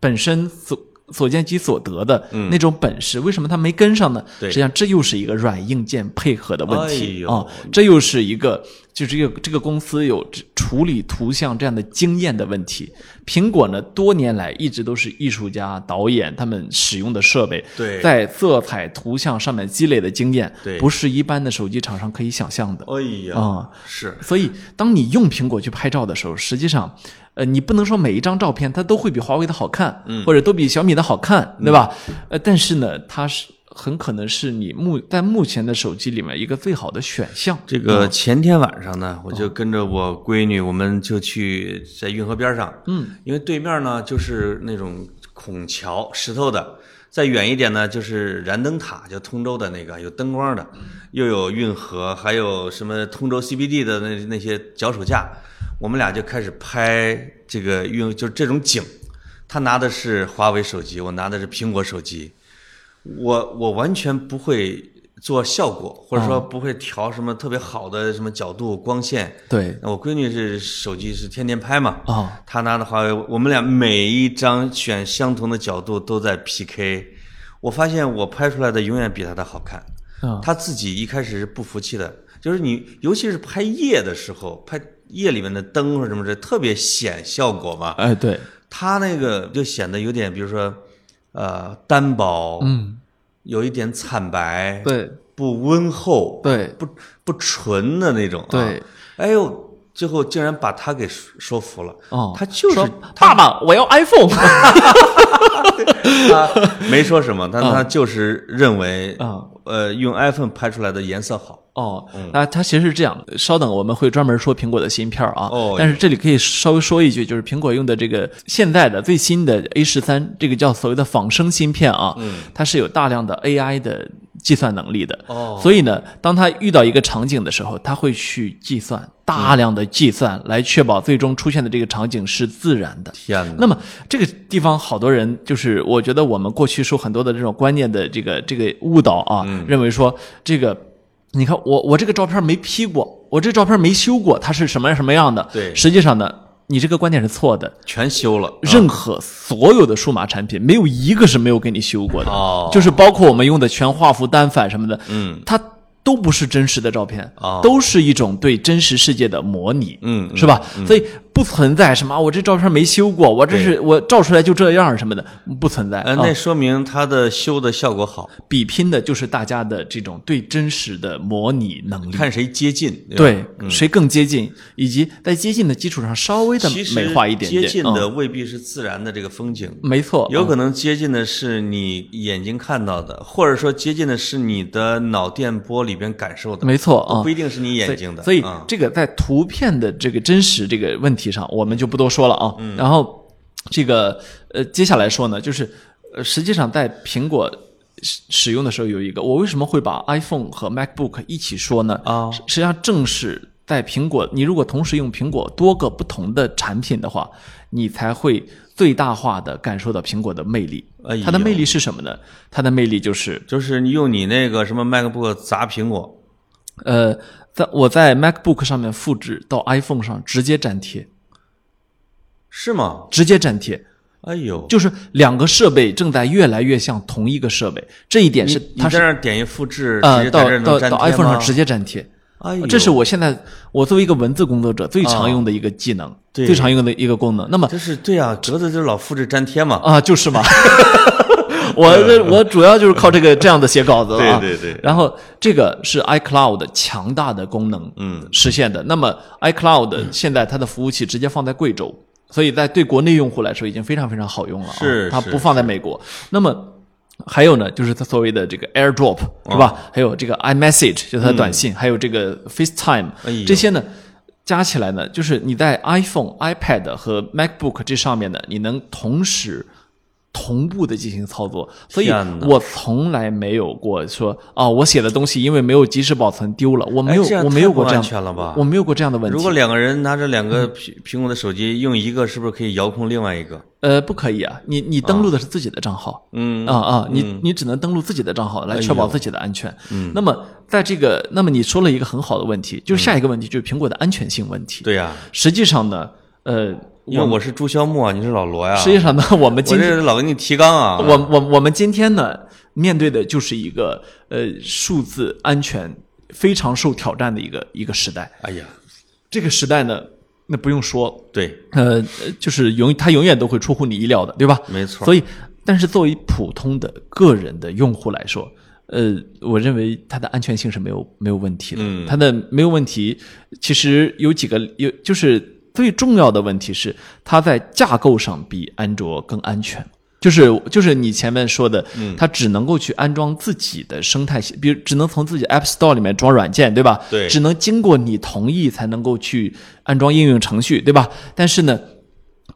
S1: 本身所所见即所得的那种本事，为什么它没跟上呢？
S2: 嗯对
S1: 实际上这又是一个软硬件配合的问
S2: 哎
S1: 题
S2: 呦
S1: 啊、这又是一个就是这个这个公司有处理图像这样的经验的问题。苹果呢，多年来一直都是艺术家、导演他们使用的设备，
S2: 对
S1: 在色彩图像上面积累的经验，
S2: 对
S1: 不是一般的手机厂商可以想象的。
S2: 哎呀
S1: 啊，
S2: 是，
S1: 所以，当你用苹果去拍照的时候，实际上，呃，你不能说每一张照片它都会比华为的好看，嗯，或者都比小米的好看，对吧？呃，但是呢，它是很可能是你目在目前的手机里面一个最好的选项。
S2: 这个前天晚上呢，我就跟着我闺女，我们就去在运河边上，嗯，因为对面呢就是那种孔桥石头的，再远一点呢就是燃灯塔，就通州的那个有灯光的，又有运河，还有什么通州 CBD 的那那些脚手架，我们俩就开始拍这个运，就是这种景。他拿的是华为手机，我拿的是苹果手机，我我完全不会做效果，或者说不会调什么特别好的什么角度、光线。
S1: 对
S2: 那我闺女是手机是天天拍嘛，
S1: 啊，
S2: 她拿的华为，我们俩每一张选相同的角度都在 PK。我发现我拍出来的永远比她的好看。
S1: 啊
S2: 她自己一开始是不服气的，就是你，尤其是拍夜的时候，拍夜里面的灯或者什么的，特别显效果嘛。
S1: 哎，对，
S2: 他那个就显得有点，比如说，呃，单薄，嗯，有一点惨白，，
S1: 对，
S2: 不温厚，，
S1: 对，
S2: 不不纯的那种、啊，
S1: 对，
S2: 哎呦，最后竟然把他给说说服了，
S1: 哦，
S2: 他就是
S1: 说爸爸，我要 iPhone。 (laughs)
S2: 他没说什么，但
S1: 嗯
S2: 他就是认为，
S1: 啊
S2: 呃，用 iPhone 拍出来的颜色好，
S1: 哦，
S2: 嗯
S1: 那它其实是这样。稍等，我们会专门说苹果的芯片啊。
S2: 哦
S1: 但是这里可以稍微说一句，就是苹果用的这个现在的最新的 A 十三，这个叫所谓的仿生芯片啊，
S2: 嗯
S1: 它是有大量的 AI 的计算能力的。
S2: 哦
S1: 所以呢，当它遇到一个场景的时候，它会去计算大量的计算，来确保最终出现的这个场景是自然的。
S2: 天哪，
S1: 那么这个地方好多人就是，我觉得我们过去受很多的这种观念的这个这个误导啊，认为说这个，你看我我这个照片没 P 过，我这照片没修过，它是什么样什么样的？
S2: 对
S1: 实际上呢，你这个观点是错的。
S2: 全修了，啊
S1: 任何所有的数码产品，没有一个是没有给你修过的，
S2: 哦
S1: 就是包括我们用的全画幅、单反什么的，
S2: 嗯，
S1: 它都不是真实的照片，
S2: 哦
S1: 都是一种对真实世界的模拟，
S2: 嗯嗯
S1: 是吧？所以不存在什么啊我这照片没修过，我这是我照出来就这样什么的，不存在。
S2: 呃，
S1: 啊
S2: 那说明它的修的效果好，
S1: 比拼的就是大家的这种对真实的模拟能力，
S2: 看谁接近。吧
S1: 对谁更接近，以及在接近的基础上稍微的
S2: 其实
S1: 美化一点点。
S2: 接近
S1: 嗯
S2: 的未必是自然的这个风景，
S1: 没错，
S2: 有可能接近的是你眼睛看到的，或者说接近的是你的脑电波里边感受的，
S1: 没错啊。
S2: 不一定是你眼睛的。
S1: 所以
S2: 啊
S1: 这个在图片的这个真实这个问题上，我们就不多说了啊。
S2: 嗯
S1: 然后这个呃，接下来说呢，就是呃，实际上在苹果使使用的时候有一个，我为什么会把 iPhone 和 MacBook 一起说呢？
S2: 啊
S1: 实实际上正是在苹果，你如果同时用苹果多个不同的产品的话，你才会最大化的感受到苹果的魅力
S2: 哎呦。
S1: 它的魅力是什么呢？它的魅力就是
S2: 就是你用你那个什么 MacBook 砸苹果，
S1: 呃，在我在 MacBook 上面复制到 iPhone 上直接粘贴，
S2: 是吗？
S1: 直接粘贴，
S2: 哎呦，
S1: 就是两个设备正在越来越像同一个设备，这一点是
S2: 你
S1: 它
S2: 在
S1: 是
S2: 那儿点一复制，直
S1: 呃
S2: 接
S1: 到
S2: 在这儿
S1: 到
S2: 能粘
S1: 到
S2: 贴
S1: iPhone
S2: 吗
S1: 上？直接粘贴，
S2: 哎呦，
S1: 这是我现在我作为一个文字工作者最常用的一个技能，
S2: 对
S1: 最常用的一个功能。那么
S2: 这是对啊，折子就是老复制粘贴嘛。
S1: 啊，就是
S2: (laughs)
S1: 嘛，我这我主要就是靠这个这样的写稿子了、啊。
S2: 对对对
S1: 然后这个是 iCloud 强大的功能，嗯，实现的。那么 iCloud 现在它的服务器直接放在贵州，所以在对国内用户来说已经非常非常好用了、啊。
S2: 是
S1: 它
S2: 是
S1: 不放在美国。那么。还有呢，就是它所谓的这个 AirDrop
S2: 哦
S1: 是吧？还有这个 iMessage，就是它的短信，还有这个 FaceTime，、
S2: 嗯哎呦
S1: 这些呢加起来呢，就是你在 iPhone、iPad 和 MacBook 这上面呢，你能同时同步的进行操作，所以
S2: 天哪
S1: 我从来没有过说啊、我写的东西因为没有及时保存丢了，我没有
S2: 哎这样
S1: 我
S2: 太
S1: 没有过
S2: 不
S1: 这样
S2: 安全了吧
S1: 我没有过这样的问
S2: 如
S1: 题
S2: 果。两个人拿着两个苹苹果的手机，用一个是不是可以遥控另外一个？
S1: 呃，不可以啊，你你登录的是自己的账号，
S2: 嗯哎嗯
S1: 啊啊，你你只能登录自己的账号来确保自己的安全。那么在这个，那么你说了一个很好的问题，就是下一个问题就是苹果的安全性问题。
S2: 对呀、
S1: 实际上呢，呃，
S2: 因为我是朱萧墨，你是老罗呀。
S1: 实际上呢，我们
S2: 我
S1: 今天
S2: 这老给你提纲啊。
S1: 我我我们今天呢，面对的就是一个呃数字安全非常受挑战的一个一个时代。
S2: 哎呀，
S1: 这个时代呢，那不用说，
S2: 对，
S1: 呃，呃就是永它永远都会出乎你意料的，对吧？
S2: 没错。
S1: 所以，但是作为普通的个人的用户来说，呃，我认为它的安全性是没有没有问题的。
S2: 嗯
S1: 它的没有问题，其实有几个有就是最重要的问题是，它在架构上比安卓更安全。就是就是你前面说的，
S2: 嗯
S1: 它只能够去安装自己的生态系，比如只能从自己 App Store 里面装软件，对吧？
S2: 对
S1: 只能经过你同意才能够去安装应用程序，对吧？但是呢。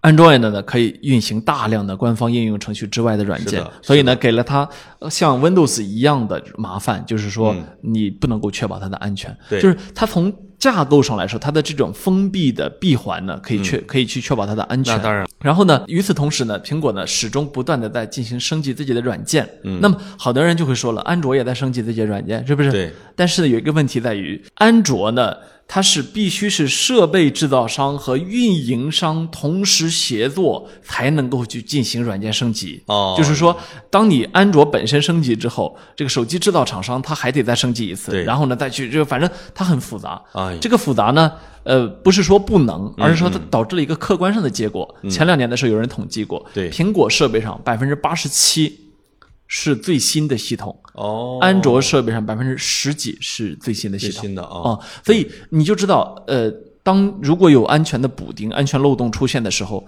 S1: Android 呢可以运行大量的官方应用程序之外的软
S2: 是
S1: 件
S2: 的是，
S1: 所以呢给了它呃像 Windows 一样的麻烦，就是说你不能够确保它的安全。
S2: 对
S1: 就是它从架构上来说，它的这种封闭的闭环呢，可以确、可以去确保它的安全。
S2: 嗯那当然，
S1: 然后呢，与此同时呢，苹果呢始终不断的在进行升级自己的软件。嗯，那么好多人就会说了，安卓也在升级自己的软件，是不是？
S2: 对。
S1: 但是呢，有一个问题在于，安卓呢，它是必须是设备制造商和运营商同时协作才能够去进行软件升级。
S2: 哦
S1: 就是说，当你安卓本身升级之后，这个手机制造厂商它还得再升级一次
S2: 对，
S1: 然后呢再去，就反正它很复杂。
S2: 哎呀
S1: 这个复杂呢，呃，不是说不能，
S2: 嗯
S1: 而是说它导致了一个客观上的结果。前两年的时候，有人统计过，
S2: 对
S1: 苹果设备上百分之八十七是最新的系统，
S2: 哦，
S1: 安卓设备上百分之十几是最新的系
S2: 最
S1: 统
S2: 新的啊、
S1: 啊、所以你就知道，呃，当如果有安全的补丁、安全漏洞出现的时候，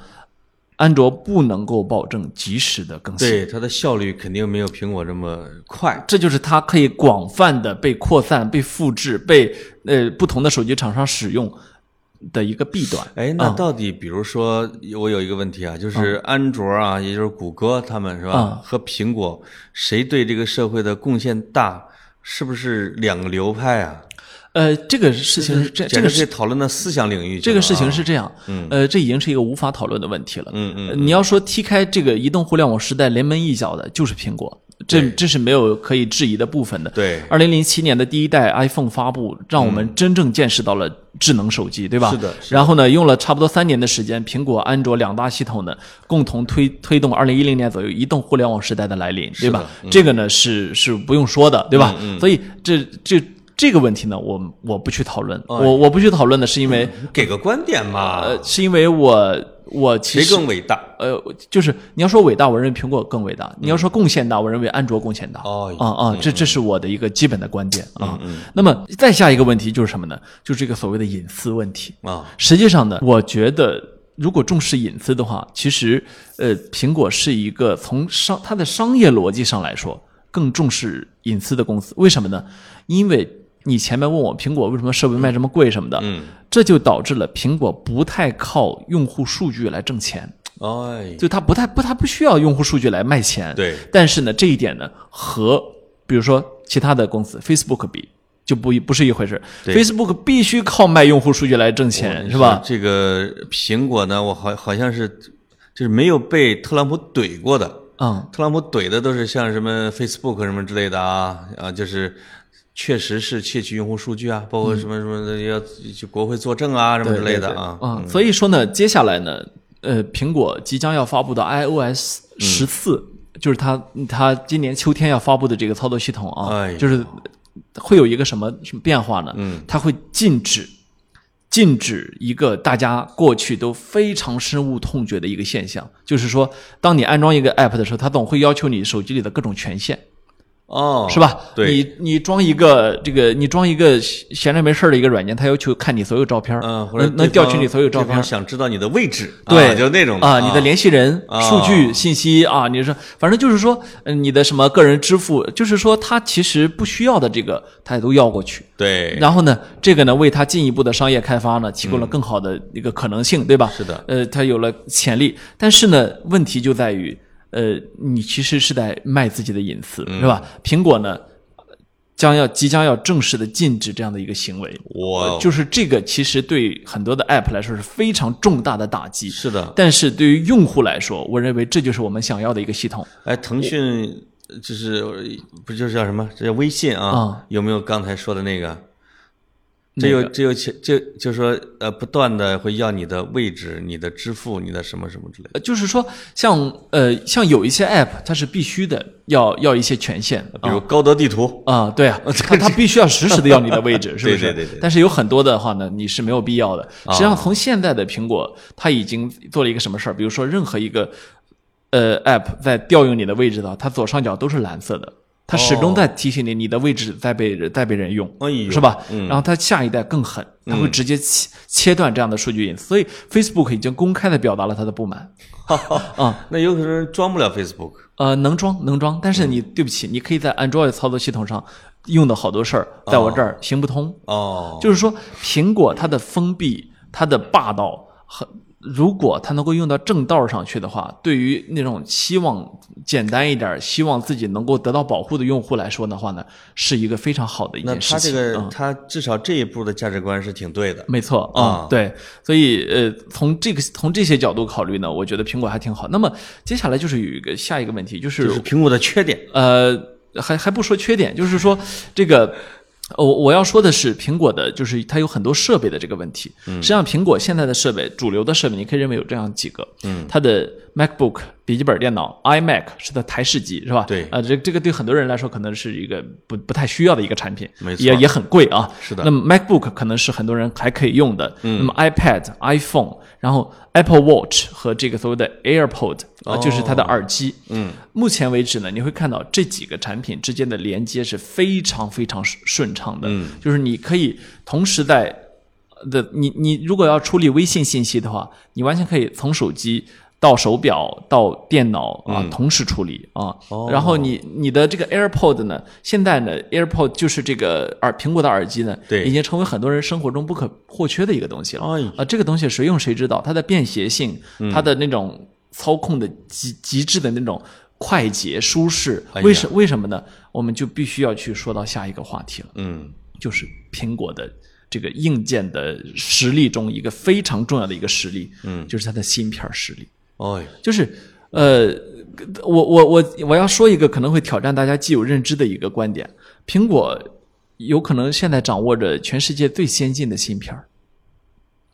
S1: 安卓不能够保证及时的更新。
S2: 对它的效率肯定没有苹果这么快。
S1: 这就是它可以广泛的被扩散、被复制、被呃不同的手机厂商使用的一个弊端。
S2: 哎，那到底比如说，我有一个问题啊，就是安卓啊，也就是谷歌他们是吧，
S1: 嗯
S2: 和苹果谁对这个社会的贡献大？是不是两个流派啊？
S1: 呃，这个事情是这这
S2: 简
S1: 个
S2: 直
S1: 是
S2: 是嗯讨论到思想领域去
S1: 这
S2: 了啊、
S1: 个事情是这样，呃，这已经是一个无法讨论的问题了。
S2: 嗯嗯
S1: 呃你要说踢开这个移动互联网时代临门一脚的，就是苹果，这
S2: 对
S1: 这是没有可以质疑的部分的。
S2: 对嗯
S1: 二零零七年的第一代 iPhone 发布，让我们真正见识到了智能手机，对吧？
S2: 是的是
S1: 然后呢，用了差不多三年的时间，苹果、安卓两大系统呢，共同推推动二零一零年左右移动互
S2: 嗯
S1: 联网时代的来临，对吧？这个呢是是不用说的，对吧？所以这这这个问题呢，我我不去讨论，
S2: 哦
S1: 我我不去讨论的是因为，
S2: 给个观点嘛，
S1: 嗯呃，是因为我我其
S2: 谁
S1: 实
S2: 更伟大？
S1: 呃，就是你要说伟大，我认为苹果更伟大；你要说贡献大，我认为安卓贡献大。
S2: 嗯哦
S1: 啊啊，这这是我的一个基本的观点啊。
S2: 嗯
S1: 那么再下一个问题就是什么呢？就是这个所谓的隐私问题。
S2: 啊，
S1: 实际上呢，我觉得如果重视隐私的话，其实呃，苹果是一个从商它的商业逻辑上来说更重视隐私的公司。为什么呢？因为你前面问我苹果为什么设备卖这么贵什么的，
S2: 嗯，
S1: 这就导致了苹果不太靠用户数据来挣钱。
S2: 哎，
S1: 就它不太不它不需要用户数据来卖钱。
S2: 对
S1: 但是呢，这一点呢和比如说其他的公司 Facebook 比就不一不是一回事。
S2: 对
S1: Facebook 必须靠卖用户数据来挣钱，是吧？
S2: 这个苹果呢，我好好像是就是没有被特朗普怼过的，
S1: 嗯，
S2: 特朗普怼的都是像什么 Facebook 什么之类的啊啊，就是确实是窃取用户数据啊，包
S1: 嗯
S2: 括什么什么的要去国会作证啊什么之类的啊。
S1: 嗯，所以说呢，接下来呢，呃，苹果即将要发布的 iOS
S2: 嗯
S1: 十四、就是它它今年秋天要发布的这个操作系统啊，
S2: 哎呦
S1: 就是会有一个什么什么变化呢？嗯，它会禁止。禁止一个大家过去都非常深恶痛绝的一个现象，就是说，当你安装一个 app 的时候，它总会要求你手机里的各种权限，
S2: 哦，
S1: 是吧？
S2: 对，
S1: 你你装一个这个，你装一个闲着没事儿的一个软件，它要求看你所有照片儿，
S2: 嗯，或者
S1: 能能
S2: 对
S1: 调
S2: 方
S1: 取你所有照
S2: 对
S1: 片
S2: 方
S1: 儿，
S2: 想知道你的位置，
S1: 对，
S2: 啊、就是那种的
S1: 啊，你的联系人、
S2: 啊
S1: 数据、信息啊，你说，反正就是说，嗯，你的什么个人支付，就是说，他其实不需要的这个，他也都要过去。
S2: 对，嗯
S1: 然后呢，这个呢，为他进一步的商业开发呢，提供了更好的一个可能性，对吧？
S2: 是的，
S1: 呃，它有了潜力，但是呢，问题就在于，呃，你其实是在卖自己的隐私，
S2: 嗯
S1: 是吧？苹果呢，将要即将要正式的禁止这样的一个行为。
S2: 我
S1: 就是这个，其实对很多的 App 来说是非常重大的打击。
S2: 是的，
S1: 但是对于用户来说，我认为这就是我们想要的一个系统。
S2: 哎，腾讯就是不就是叫什么？这叫微信啊？
S1: 啊
S2: 有没有刚才说的那个？这有这有钱，就就说呃，不断的会要你的位置、你的支付、你的什么什么之类的。
S1: 呃就是说像，呃，像有一些 App，它是必须的，要要一些权限，
S2: 啊比如高德地图，
S1: 啊、对
S2: (laughs)
S1: 啊，它它必须要实时的要你的位置，是不是？
S2: 对对对对啊
S1: 但是有很多的话呢，你是没有必要的。实际上，从现在的苹果，它已经做了一个什么事儿？比如说，任何一个呃 App 在调用你的位置的话，它左上角都是蓝色的，它始
S2: 哦
S1: 终在提醒你你的位置在被人在被人用，
S2: 哎呦
S1: 是吧？然后它下一代更狠，它会直接切、
S2: 嗯
S1: 切断这样的数据隐私。所以，Facebook 已经公开的表达了它的不满。
S2: 那有可能装不了 Facebook。
S1: 呃，能装能装，但是你、对不起，你可以在 Android 操作系统上用的好多事儿，在我这儿行不通。
S2: 哦，
S1: 就是说，苹果它的封闭、它的霸道，很如果它能够用到正道上去的话，对于那种希望简单一点、希望自己能够得到保护的用户来说的话呢，是一个非常好的一
S2: 那
S1: 件
S2: 他
S1: 事
S2: 这
S1: 情。
S2: 个、
S1: 嗯
S2: 他至少这一步的价值观是挺对的。
S1: 没错
S2: 啊
S1: 嗯，对，所以呃，从这个从这些角度考虑呢，我觉得苹果还挺好。那么接下来就是有一个下一个问题，就是
S2: 就是苹果的缺点，
S1: 呃，还还不说缺点，就是说这个。我我要说的是，苹果的就是它有很多设备的这个问题。
S2: 嗯
S1: 实际上，苹果现在的设备，主流的设备，你可以认为有这样几个。嗯，它的 MacBook 笔记本电脑 iMac 是它台式机，是吧？
S2: 对
S1: 啊，这这个对很多人来说可能是一个不不太需要的一个产品，
S2: 没错
S1: 也也很贵啊。
S2: 是的
S1: 那么 MacBook 可能是很多人还可以用的，那么 iPad、iPhone，然后 Apple Watch 和这个所谓的 AirPod 啊，就是它的耳机。嗯，目前为止呢，你会看到这几个产品之间的连接是非常非常顺顺畅的，嗯、就是你可以同时在的你你如果要处理微信信息的话，你完全可以从手机。到手表到电脑啊，
S2: 嗯
S1: 同时处理啊，
S2: 哦
S1: 然后你你的这个 AirPod 呢，现在呢 AirPod 就是这个耳苹果的耳机呢，
S2: 对
S1: 已经成为很多人生活中不可或缺的一个东西了。
S2: 哎嗯
S1: 啊，这个东西谁用谁知道，它的便携性，它的那种操控的极极致的那种快捷舒适，
S2: 哎呀
S1: 为什为什么呢？我们就必须要去说到下一个话题了，
S2: 嗯，
S1: 就是苹果的这个硬件的实力中一个非常重要的一个实力，嗯，就是它的芯片实力。
S2: 哎，
S1: 就是呃，我我我我要说一个可能会挑战大家既有认知的一个观点：苹果有可能现在掌握着全世界最先进的芯片儿，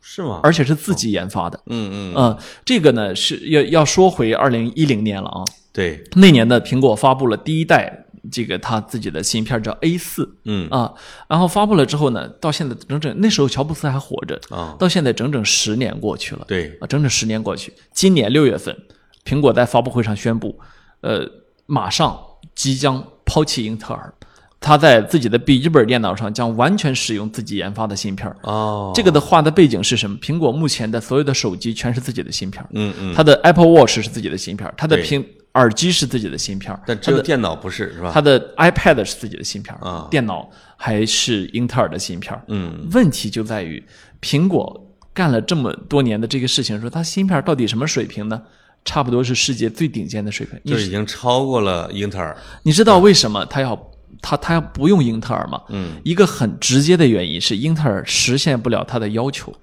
S2: 是吗？
S1: 而且是自己研发的。
S2: 嗯嗯，
S1: 嗯，这个呢是要要说回二零一零年了啊，
S2: 对，
S1: 那年呢，苹果发布了第一代这个他自己的新片儿叫 A 四，
S2: 嗯
S1: (laughs) 啊，然后发布了之后呢，到现在整整那时候乔布斯还活着
S2: 啊
S1: 到现在整整十年过去了，
S2: 对，
S1: 啊，整整十年过去，今年六月份，苹果在发布会上宣布，呃，马上即将抛弃英特尔，他在自己的笔记本电脑上将完全使用自己研发的芯片儿。
S2: 哦，
S1: 这个的话的背景是什么？苹果目前的所有的手机全是自己的芯片儿，
S2: 嗯嗯，
S1: 它的 Apple Watch 是自己的芯片儿，它的
S2: 对
S1: 苹耳机是自己的芯片儿，
S2: 但只有电脑不是是吧？
S1: 它的 iPad 是自己的芯片儿
S2: 啊
S1: 电脑还是英特尔的芯片儿
S2: 嗯，
S1: 问题就在于苹果干了这么多年的这个事情，说它芯片儿到底什么水平呢？差不多是世界最顶尖的水平。
S2: 就
S1: 你
S2: 已经超过了英特尔。
S1: 你知道为什么它要它它要不用英特尔吗？嗯，一个很直接的原因是英特尔实现不了它的要求，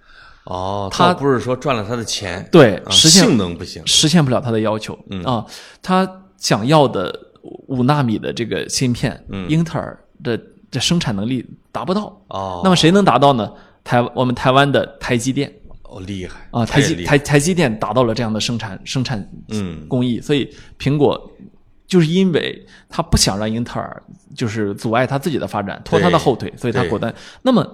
S2: 哦，
S1: 它
S2: 倒不是说赚了他的钱，
S1: 对，
S2: 啊
S1: 实现
S2: 性能不行。
S1: 实现不了他的要求、啊。他想要的五纳米的这个芯片，英特尔的这生产能力达不到。
S2: 哦，
S1: 那么谁能达到呢？台我们台湾的台积电
S2: 哦厉害
S1: 啊，
S2: 太
S1: 台积
S2: 厉害
S1: 台台积电达到了这样的生产生产
S2: 嗯
S1: 工艺，所以苹果。就是因为他不想让英特尔就是阻碍他自己的发展，拖他的后腿，所以他
S2: 对
S1: 果断。那么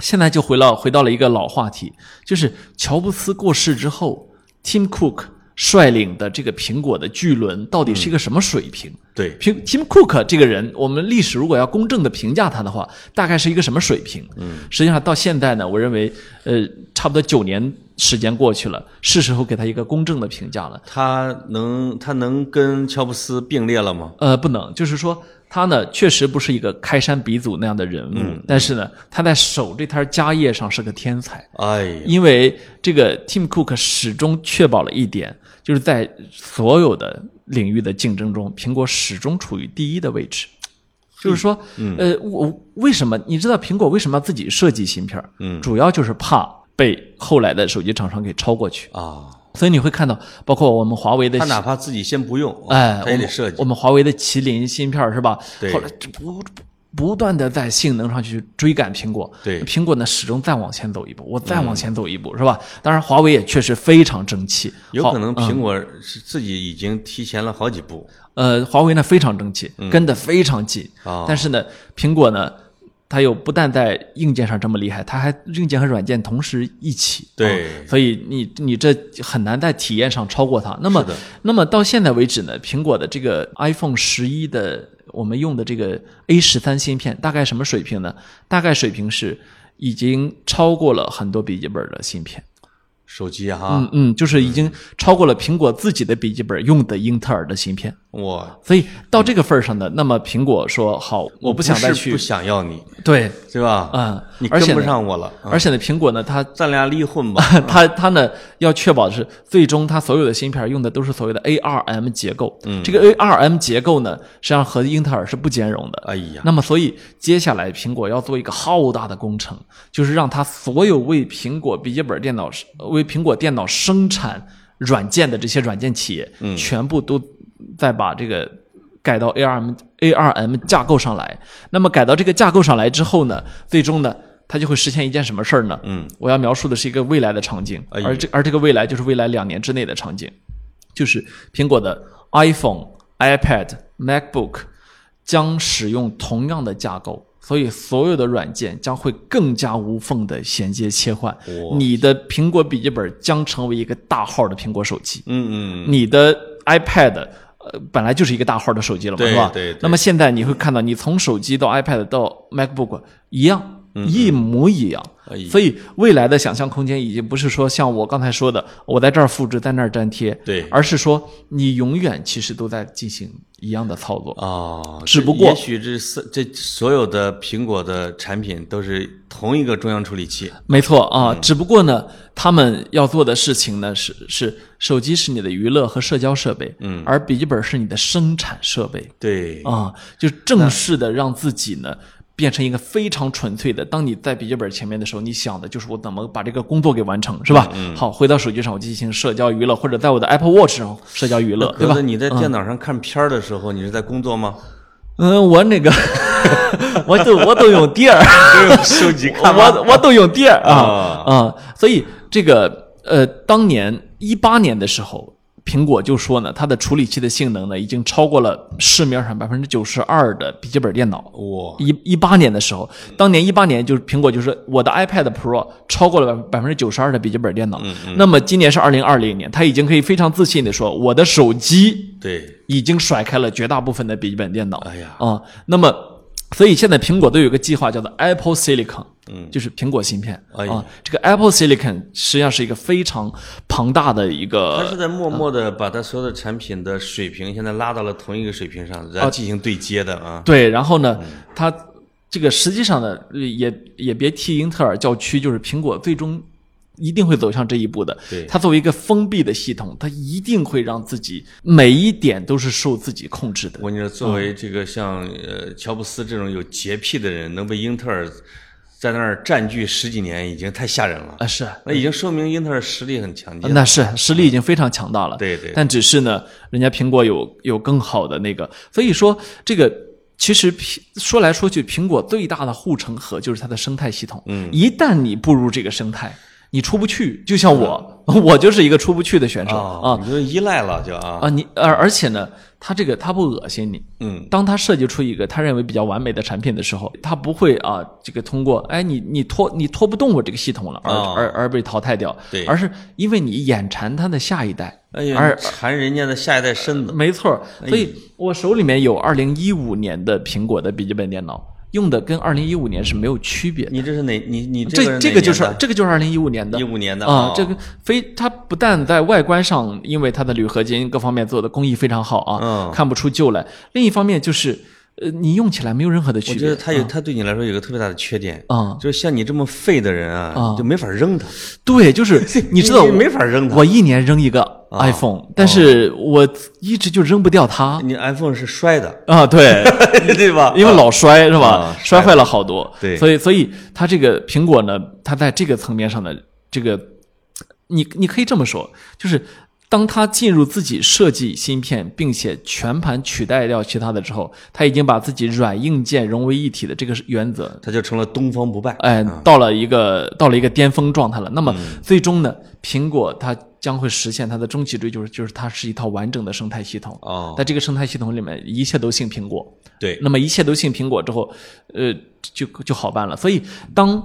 S1: 现在就回到回到了一个老话题，就是乔布斯过世之后，Tim Cook 率领的这个苹果的巨轮到底是
S2: 嗯
S1: 一个什么水平？
S2: 对，
S1: 苹 Tim Cook 这个人，我们历史如果要公正的评价他的话，大概是一个什么水平？嗯，实际上到现在呢，我认为，呃，差不多九年时间过去了，是时候给他一个公正的评价了。
S2: 他能他能跟乔布斯并列了吗？
S1: 呃，不能，就是说他呢，确实不是一个开山鼻祖那样的人物，但是呢，他在守这摊家业上是个天才。
S2: 哎呀，
S1: 因为这个 Tim Cook 始终确保了一点，就是在所有的领域的竞争中，苹果始终处于第一的位置。就是说，呃，我为什么你知道苹果为什么要自己设计芯片儿？
S2: 嗯
S1: 主要就是怕被后来的手机厂商给超过去。
S2: 啊，
S1: 所以你会看到，包括我们华为的
S2: 他哪怕自己先不用，
S1: 哎，
S2: 他也得设
S1: 我们。我
S2: 计。
S1: 们华为的麒麟芯片儿是吧？
S2: 对
S1: 后来这不不断的在性能上去追赶苹果，
S2: 对嗯
S1: 苹果呢始终再往前走一步，我再往前走一步、是吧？当然，华为也确实非常争气，
S2: 有
S1: 好嗯
S2: 可能苹果是自己已经提前了好几步，
S1: 呃，华为呢非常争气，跟得非常紧。
S2: 嗯哦
S1: 但是呢，苹果呢，它又不但在硬件上这么厉害，它还硬件和软件同时一起。
S2: 对
S1: 啊所以你你这很难在体验上超过它。那么
S2: 是的，
S1: 那么到现在为止呢，苹果的这个 iPhone 十一的我们用的这个 A 十三芯片大概什么水平呢？大概水平是已经超过了很多笔记本的芯片。
S2: 手机哈
S1: 嗯，嗯，就是已经超过了苹果自己的笔记本用的英特尔的芯片。
S2: 我
S1: 所以到这个份儿上的，那么苹果说好，我不想再
S2: 是
S1: 去
S2: 不想要你，
S1: 对，
S2: 对吧？
S1: 嗯
S2: 你
S1: 而
S2: 跟
S1: 且
S2: 不
S1: 呢
S2: 上我了，嗯
S1: 而且呢，苹果呢，它
S2: 咱俩离婚吧。
S1: (laughs) 它它呢要确保的是，最终它所有的芯片用的都是所谓的 ARM 结构。嗯，这个 ARM 结构呢，实际上和英特尔是不兼容的。
S2: 哎呀，
S1: 那么，所以接下来苹果要做一个浩大的工程，就是让它所有为苹果笔记本电脑、呃为苹果电脑生产软件的这些软件企业，
S2: 嗯
S1: 全部都在把这个改到 ARM ARM 架构上来。那么改到这个架构上来之后呢，最终呢，它就会实现一件什么事儿呢？嗯，我要描述的是一个未来的场景，
S2: 哎
S1: 而这而这个未来就是未来两年之内的场景。就是苹果的 iPhone、iPad、MacBook 将使用同样的架构，所以所有的软件将会更加无缝的衔接切换。
S2: 哇
S1: 你的苹果笔记本将成为一个大号的苹果手机，
S2: 嗯嗯，
S1: 你的 iPad。呃，本来就是一个大号的手机了嘛，
S2: 对
S1: 是吧？
S2: 对对
S1: 那么现在你会看到，你从手机到 iPad 到 MacBook 一样，
S2: 嗯
S1: 一模一样。
S2: 哎呀
S1: 所以未来的想象空间已经不是说像我刚才说的，我在这儿复制，在那儿粘贴，
S2: 对
S1: 而是说你永远其实都在进行一样的操作。
S2: 哦，
S1: 只
S2: 这
S1: 不过
S2: 也许这四这所有的苹果的产品都是同一个中央处理器，
S1: 没错
S2: 嗯
S1: 啊，只不过呢，他们要做的事情呢是是手机是你的娱乐和社交设备，嗯，而笔记本是你的生产设备
S2: 对，
S1: 啊，就正式的让自己呢。变成一个非常纯粹的，当你在笔记本前面的时候，你想的就是我怎么把这个工作给完成，是吧？
S2: 嗯
S1: 好，回到手机上我进行社交娱乐，或者在我的 Apple Watch 上社交娱乐，对
S2: 格
S1: 吧
S2: 子，？你在电脑上看片儿的时候，你是在工
S1: (laughs)
S2: 作吗？
S1: 嗯，我
S2: (laughs)
S1: 那个，我都我都用第二，
S2: 手机 (laughs) 看吗？
S1: 我我都用啊第二啊啊、所以这个呃，当年一八年的时候，苹果就说呢，它的处理器的性能呢，已经超过了市面上百分之九十二的笔记本电脑。
S2: 哇，
S1: 一一八年的时候，当年一八年就是苹果就是我的 iPad Pro 超过了百分之九十二的笔记本电脑。
S2: 嗯
S1: 那么今年是二零二零年，它已经可以非常自信的说，我的手机
S2: 对，
S1: 已经甩开了绝大部分的笔记本电脑。
S2: 哎呀，
S1: 啊、那么所以现在苹果都有一个计划叫做 Apple Silicon，嗯，就是苹果芯片啊、
S2: 哎呀
S1: 这个 Apple Silicon 实际上是一个非常庞大的一
S2: 他
S1: 个
S2: 是在默默的把他所有的产品的水平现在拉到了同一个水平上，
S1: 啊
S2: 然后进行对接的啊。
S1: 对，然后呢，它这个实际上呢，呃也也别替英特尔叫屈，就是苹果最终一定会走向这一步的。
S2: 对
S1: 它作为一个封闭的系统，它一定会让自己每一点都是受自己控制的。
S2: 我跟你说，作
S1: 嗯
S2: 为这个像呃乔布斯这种有洁癖的人，能被英特尔在那儿占据十几年，已经太吓人了。
S1: 啊，是，
S2: 那已经说明英特尔实力很强劲。
S1: 那是实力已经非常强大了。
S2: 对对
S1: 但只是呢，人家苹果有有更好的那个，所以说这个其实苹说来说去，苹果最大的护城河就是它的生态系统。嗯，一旦你步入这个生态，你出不去。就像我，
S2: 嗯
S1: (laughs) 我就是一个出不去的选手、
S2: 啊，你就依赖了就
S1: 啊。
S2: 啊
S1: 啊！你而而且呢，它这个它不恶心你。
S2: 嗯，
S1: 当他设计出一个他认为比较完美的产品的时候，他不会啊，这个通过哎你你拖你拖不动我这个系统了，而、
S2: 哦
S1: 而而被淘汰掉，
S2: 对
S1: 而是因为你眼馋他的下一代，
S2: 哎呀，哎
S1: 而
S2: 你缠人家的下一代身子。
S1: 没错，所以我手里面有2015年的苹果的笔记本电脑，用的跟2015年是没有区别的。
S2: 你这是哪？你你
S1: 这
S2: 个
S1: 这
S2: 这
S1: 个就是这个就是2015年的
S2: 一。五年的
S1: 啊、
S2: 哦
S1: 这个非它不但在外观上，因为它的铝合金各方面做的工艺非常好啊，
S2: 嗯
S1: 看不出旧来。另一方面就是，呃，你用起来没有任何的区
S2: 我
S1: 别。
S2: 觉得他有他对你来说有个特别大的缺点
S1: 啊
S2: 就是像你这么废的人啊，
S1: 啊
S2: 你就没法扔他。
S1: 对，就是
S2: (laughs)
S1: 你知道
S2: 你
S1: 我
S2: 没法扔它
S1: 我一年扔一个 iPhone，但是我一直就扔不掉它
S2: 你 iPhone 是
S1: (laughs)
S2: 摔的，
S1: 啊。对，
S2: 对吧？
S1: 因为老摔是吧
S2: 啊？
S1: 摔坏了好多。
S2: 对
S1: 所以所以它这个苹果呢，它在这个层面上的这个，你你可以这么说，就是。当它进入自己设计芯片，并且全盘取代掉其他的之后，它已经把自己软硬件融为一体的这个原则
S2: 他就成了东方不败。啊
S1: 哎，到了一个到了一个巅峰状态了。那么
S2: 嗯
S1: 最终呢，苹果它将会实现它的终极追求，就是它是一套完整的生态系统。
S2: 哦，
S1: 在这个生态系统里面，一切都姓苹果。
S2: 对，
S1: 那么一切都信苹果之后，呃，就就好办了。所以，当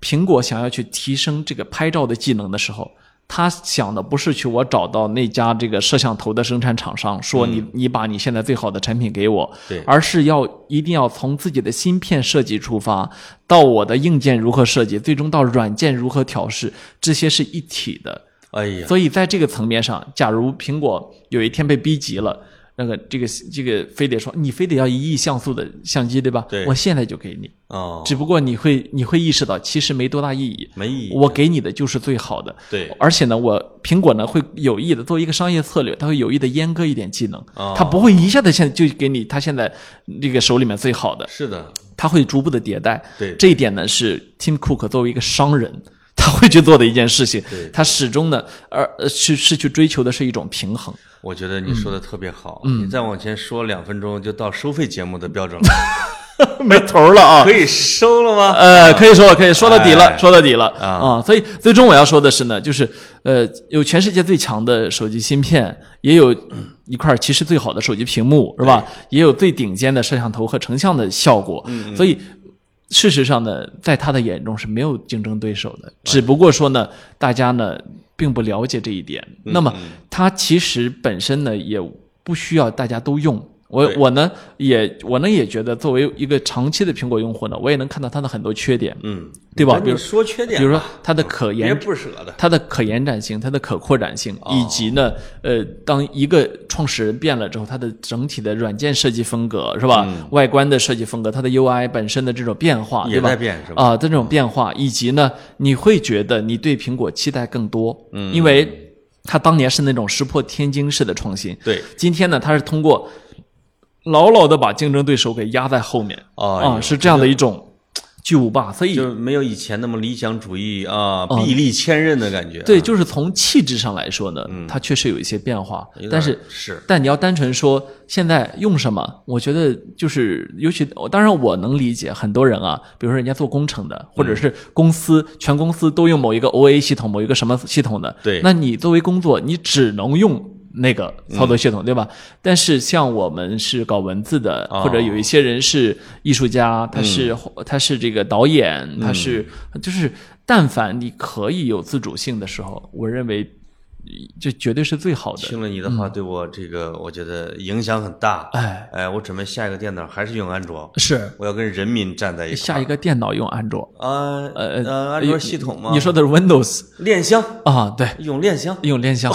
S1: 苹果想要去提升这个拍照的技能的时候，他想的不是去我找到那家这个摄像头的生产厂商，说你、你把你现在最好的产品给我，
S2: 嗯对
S1: 而是要一定要从自己的芯片设计出发，到我的硬件如何设计，最终到软件如何调试，这些是一体的。
S2: 哎呀，
S1: 所以在这个层面上，假如苹果有一天被逼急了，那个这个这个非得说你非得要一亿像素的相机，对吧？
S2: 对
S1: 我现在就给你，
S2: 哦，
S1: 只不过你会你会意识到其实没多大意义。
S2: 没意义。
S1: 我给你的就是最好的，
S2: 对
S1: 而且呢，我苹果呢会有意的作为一个商业策略，它会有意的阉割一点技能，
S2: 哦
S1: 它不会一下子现在就给你它现在这个手里面最好的，
S2: 是的，
S1: 它会逐步的迭代。
S2: 对
S1: 这一点呢是 Tim Cook 作为一个商人， (laughs) 他会去做的一件事情
S2: 对。
S1: 他始终呢，而呃是是去追求的是一种平衡。
S2: 我觉得你说
S1: 嗯
S2: 的特别好。你再往前说两分钟，就到收费节目的标准了， (laughs)
S1: 没头了啊
S2: 可！以收了吗？
S1: 呃，可以说了，可以说到底了，
S2: 哎
S1: 说到底了啊、所以最终我要说的是呢，就是呃，有全世界最强的手机芯片，也有一块其实最好的手机屏幕，是吧？也有最顶尖的摄像头和成像的效果。
S2: 嗯
S1: 所以事实上呢，在他的眼中是没有竞争对手
S2: 哎
S1: 的，只不过说呢，大家呢并不了解这一点。
S2: 嗯
S1: 那么它其实本身呢也不需要大家都用。我
S2: 对
S1: 我呢也我呢也觉得，作为一个长期的苹果用户呢，我也能看到它的很多缺点，
S2: 嗯，
S1: 对吧？
S2: 咱
S1: 比
S2: 就
S1: 如
S2: 说缺点
S1: 比
S2: 吧，
S1: 如说它的可
S2: 别
S1: 延
S2: 不舍得。
S1: 它的可延展性、它的可扩展性，
S2: 哦
S1: 以及呢，呃，当一个创始人变了之后，它的整体的软件设计风格是吧？外观的设计风格，它的 UI 本身的这种变化，
S2: 嗯也
S1: 对吧？
S2: 在变是吧
S1: 啊、这种变化，以及呢，你会觉得你对苹果期待更多，嗯，因为它当年是那种石破天惊式的创新，
S2: 对，
S1: 今天呢，它是通过牢牢的把竞争对手给压在后面，
S2: 哦
S1: 啊、
S2: 有
S1: 是这样的一种巨无霸，所以
S2: 就没有以前那么理想主义啊，臂力千仞的感觉。啊
S1: 对，，就是从气质上来说呢，它确实有一些变化，但是。
S2: 是
S1: 但你要单纯说现在用什么，我觉得就是，尤其我当然我能理解很多人啊，比如说人家做工程的，或者是公司、全公司都用某一个 OA 系统、某一个什么系统的，
S2: 对
S1: 那你作为工作，你只能用那个操作系统，对吧？但是像我们是搞文字的，或者有一些人是艺术家，他是他是这个导演，他是就是，但凡你可以有自主性的时候，我认为这绝对是最好的。
S2: 听了你的话，对我这个我觉得影响很大。
S1: 嗯哎
S2: 哎，我准备下一个电脑还是用安卓，
S1: 是
S2: 我要跟人民站在一块
S1: 下一个电脑用安卓，
S2: 儿啊
S1: 呃
S2: 呃安卓系统吗？
S1: 你说的是 Windows
S2: 链香，
S1: 啊？对，
S2: 用链香。
S1: 用联
S2: (laughs)
S1: 想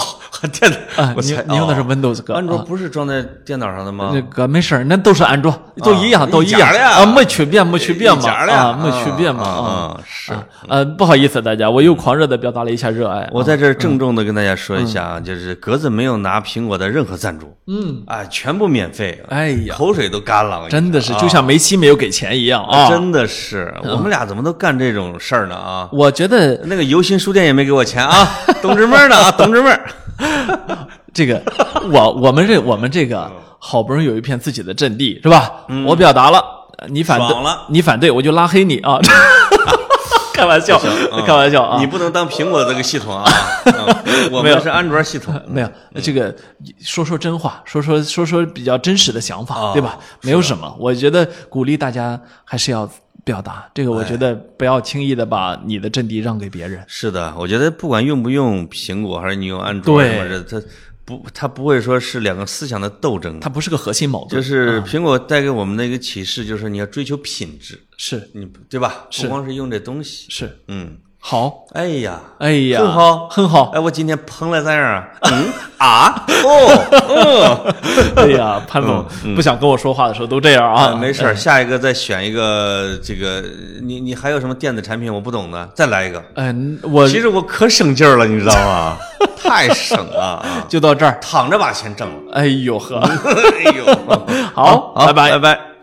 S2: 电脑
S1: 啊，
S2: (laughs) 我
S1: 你
S2: 猜
S1: 你用的是
S2: 哦
S1: Windows 哥，
S2: 安卓
S1: 啊
S2: 不是装在电脑上的吗
S1: 那？个没事儿，那都是安卓，都一样，
S2: 啊
S1: 都
S2: 一
S1: 样
S2: 家的呀
S1: 啊，没区别，没区别
S2: 一
S1: 嘛，
S2: 家的呀
S1: 啊，没区别嘛，
S2: 啊
S1: 啊
S2: 啊，是
S1: 啊呃，不好意思，大家，我又狂热的表达了一下热爱，啊
S2: 我在这儿
S1: 嗯
S2: 郑重的跟大家说一下啊，就是格子没有拿苹果的任何赞助，嗯，哎，全部免费，
S1: 哎呀
S2: 口水都干了，我跟你
S1: 真的是
S2: 讲啊
S1: 就像嗯梅西没有给钱一样啊，
S2: 真的是，我们俩怎么都干这种事儿呢啊？
S1: 我觉得
S2: 那个游心书店也没给我钱啊，董志妹儿呢啊，董志
S1: (laughs)
S2: 妹儿，
S1: 这
S2: (laughs)
S1: 个，我我们这我们这个
S2: 嗯
S1: 好不容易有一片自己的阵地是吧？我表达了，你反对
S2: 爽了，嗯
S1: 你反对我就拉黑你啊， (laughs) 开玩笑，开玩笑啊
S2: 你，不能当苹果这个
S1: (laughs)
S2: 系统啊，嗯我
S1: 没有
S2: 们是安卓系统，
S1: (laughs) 没有，这个说说真话，说说说说比较真实的想法，
S2: 啊
S1: 对吧？没有什么，我觉得鼓励大家还是要表达这个，我觉
S2: 哎
S1: 得不要轻易的把你的阵地让给别人。
S2: 是的，我觉得不管用不用苹果，还是你用安卓
S1: 对
S2: 什么的，它不，它不会说是两个思想的斗争
S1: 它。不是个核心矛
S2: 就
S1: 盾，
S2: 是苹果带给我们的一个启示，就是你要追求品质，
S1: 是
S2: 你对吧？不光是用这东西，
S1: 是
S2: 嗯，
S1: 好，
S2: 哎呀，
S1: 哎呀，
S2: 很好
S1: 很好，
S2: 哎，我今天蓬莱在那儿啊，嗯
S1: (laughs)
S2: 啊，哦，嗯
S1: 哎呀，潘总不想跟我说话的时候都这样
S2: 啊，
S1: (laughs) 啊，
S2: 嗯没事儿，下一个再选一个这个，你你还有什么电子产品我不懂的，再来一个。
S1: 嗯，我
S2: 其实我可省劲儿了，你知道
S1: (laughs)
S2: 吗？太省了啊，
S1: 就到这儿，
S2: 躺着把钱挣了。 (laughs)
S1: 哎呦呵，
S2: 哎呦，
S1: (laughs) 好，拜拜，
S2: 嗯拜拜。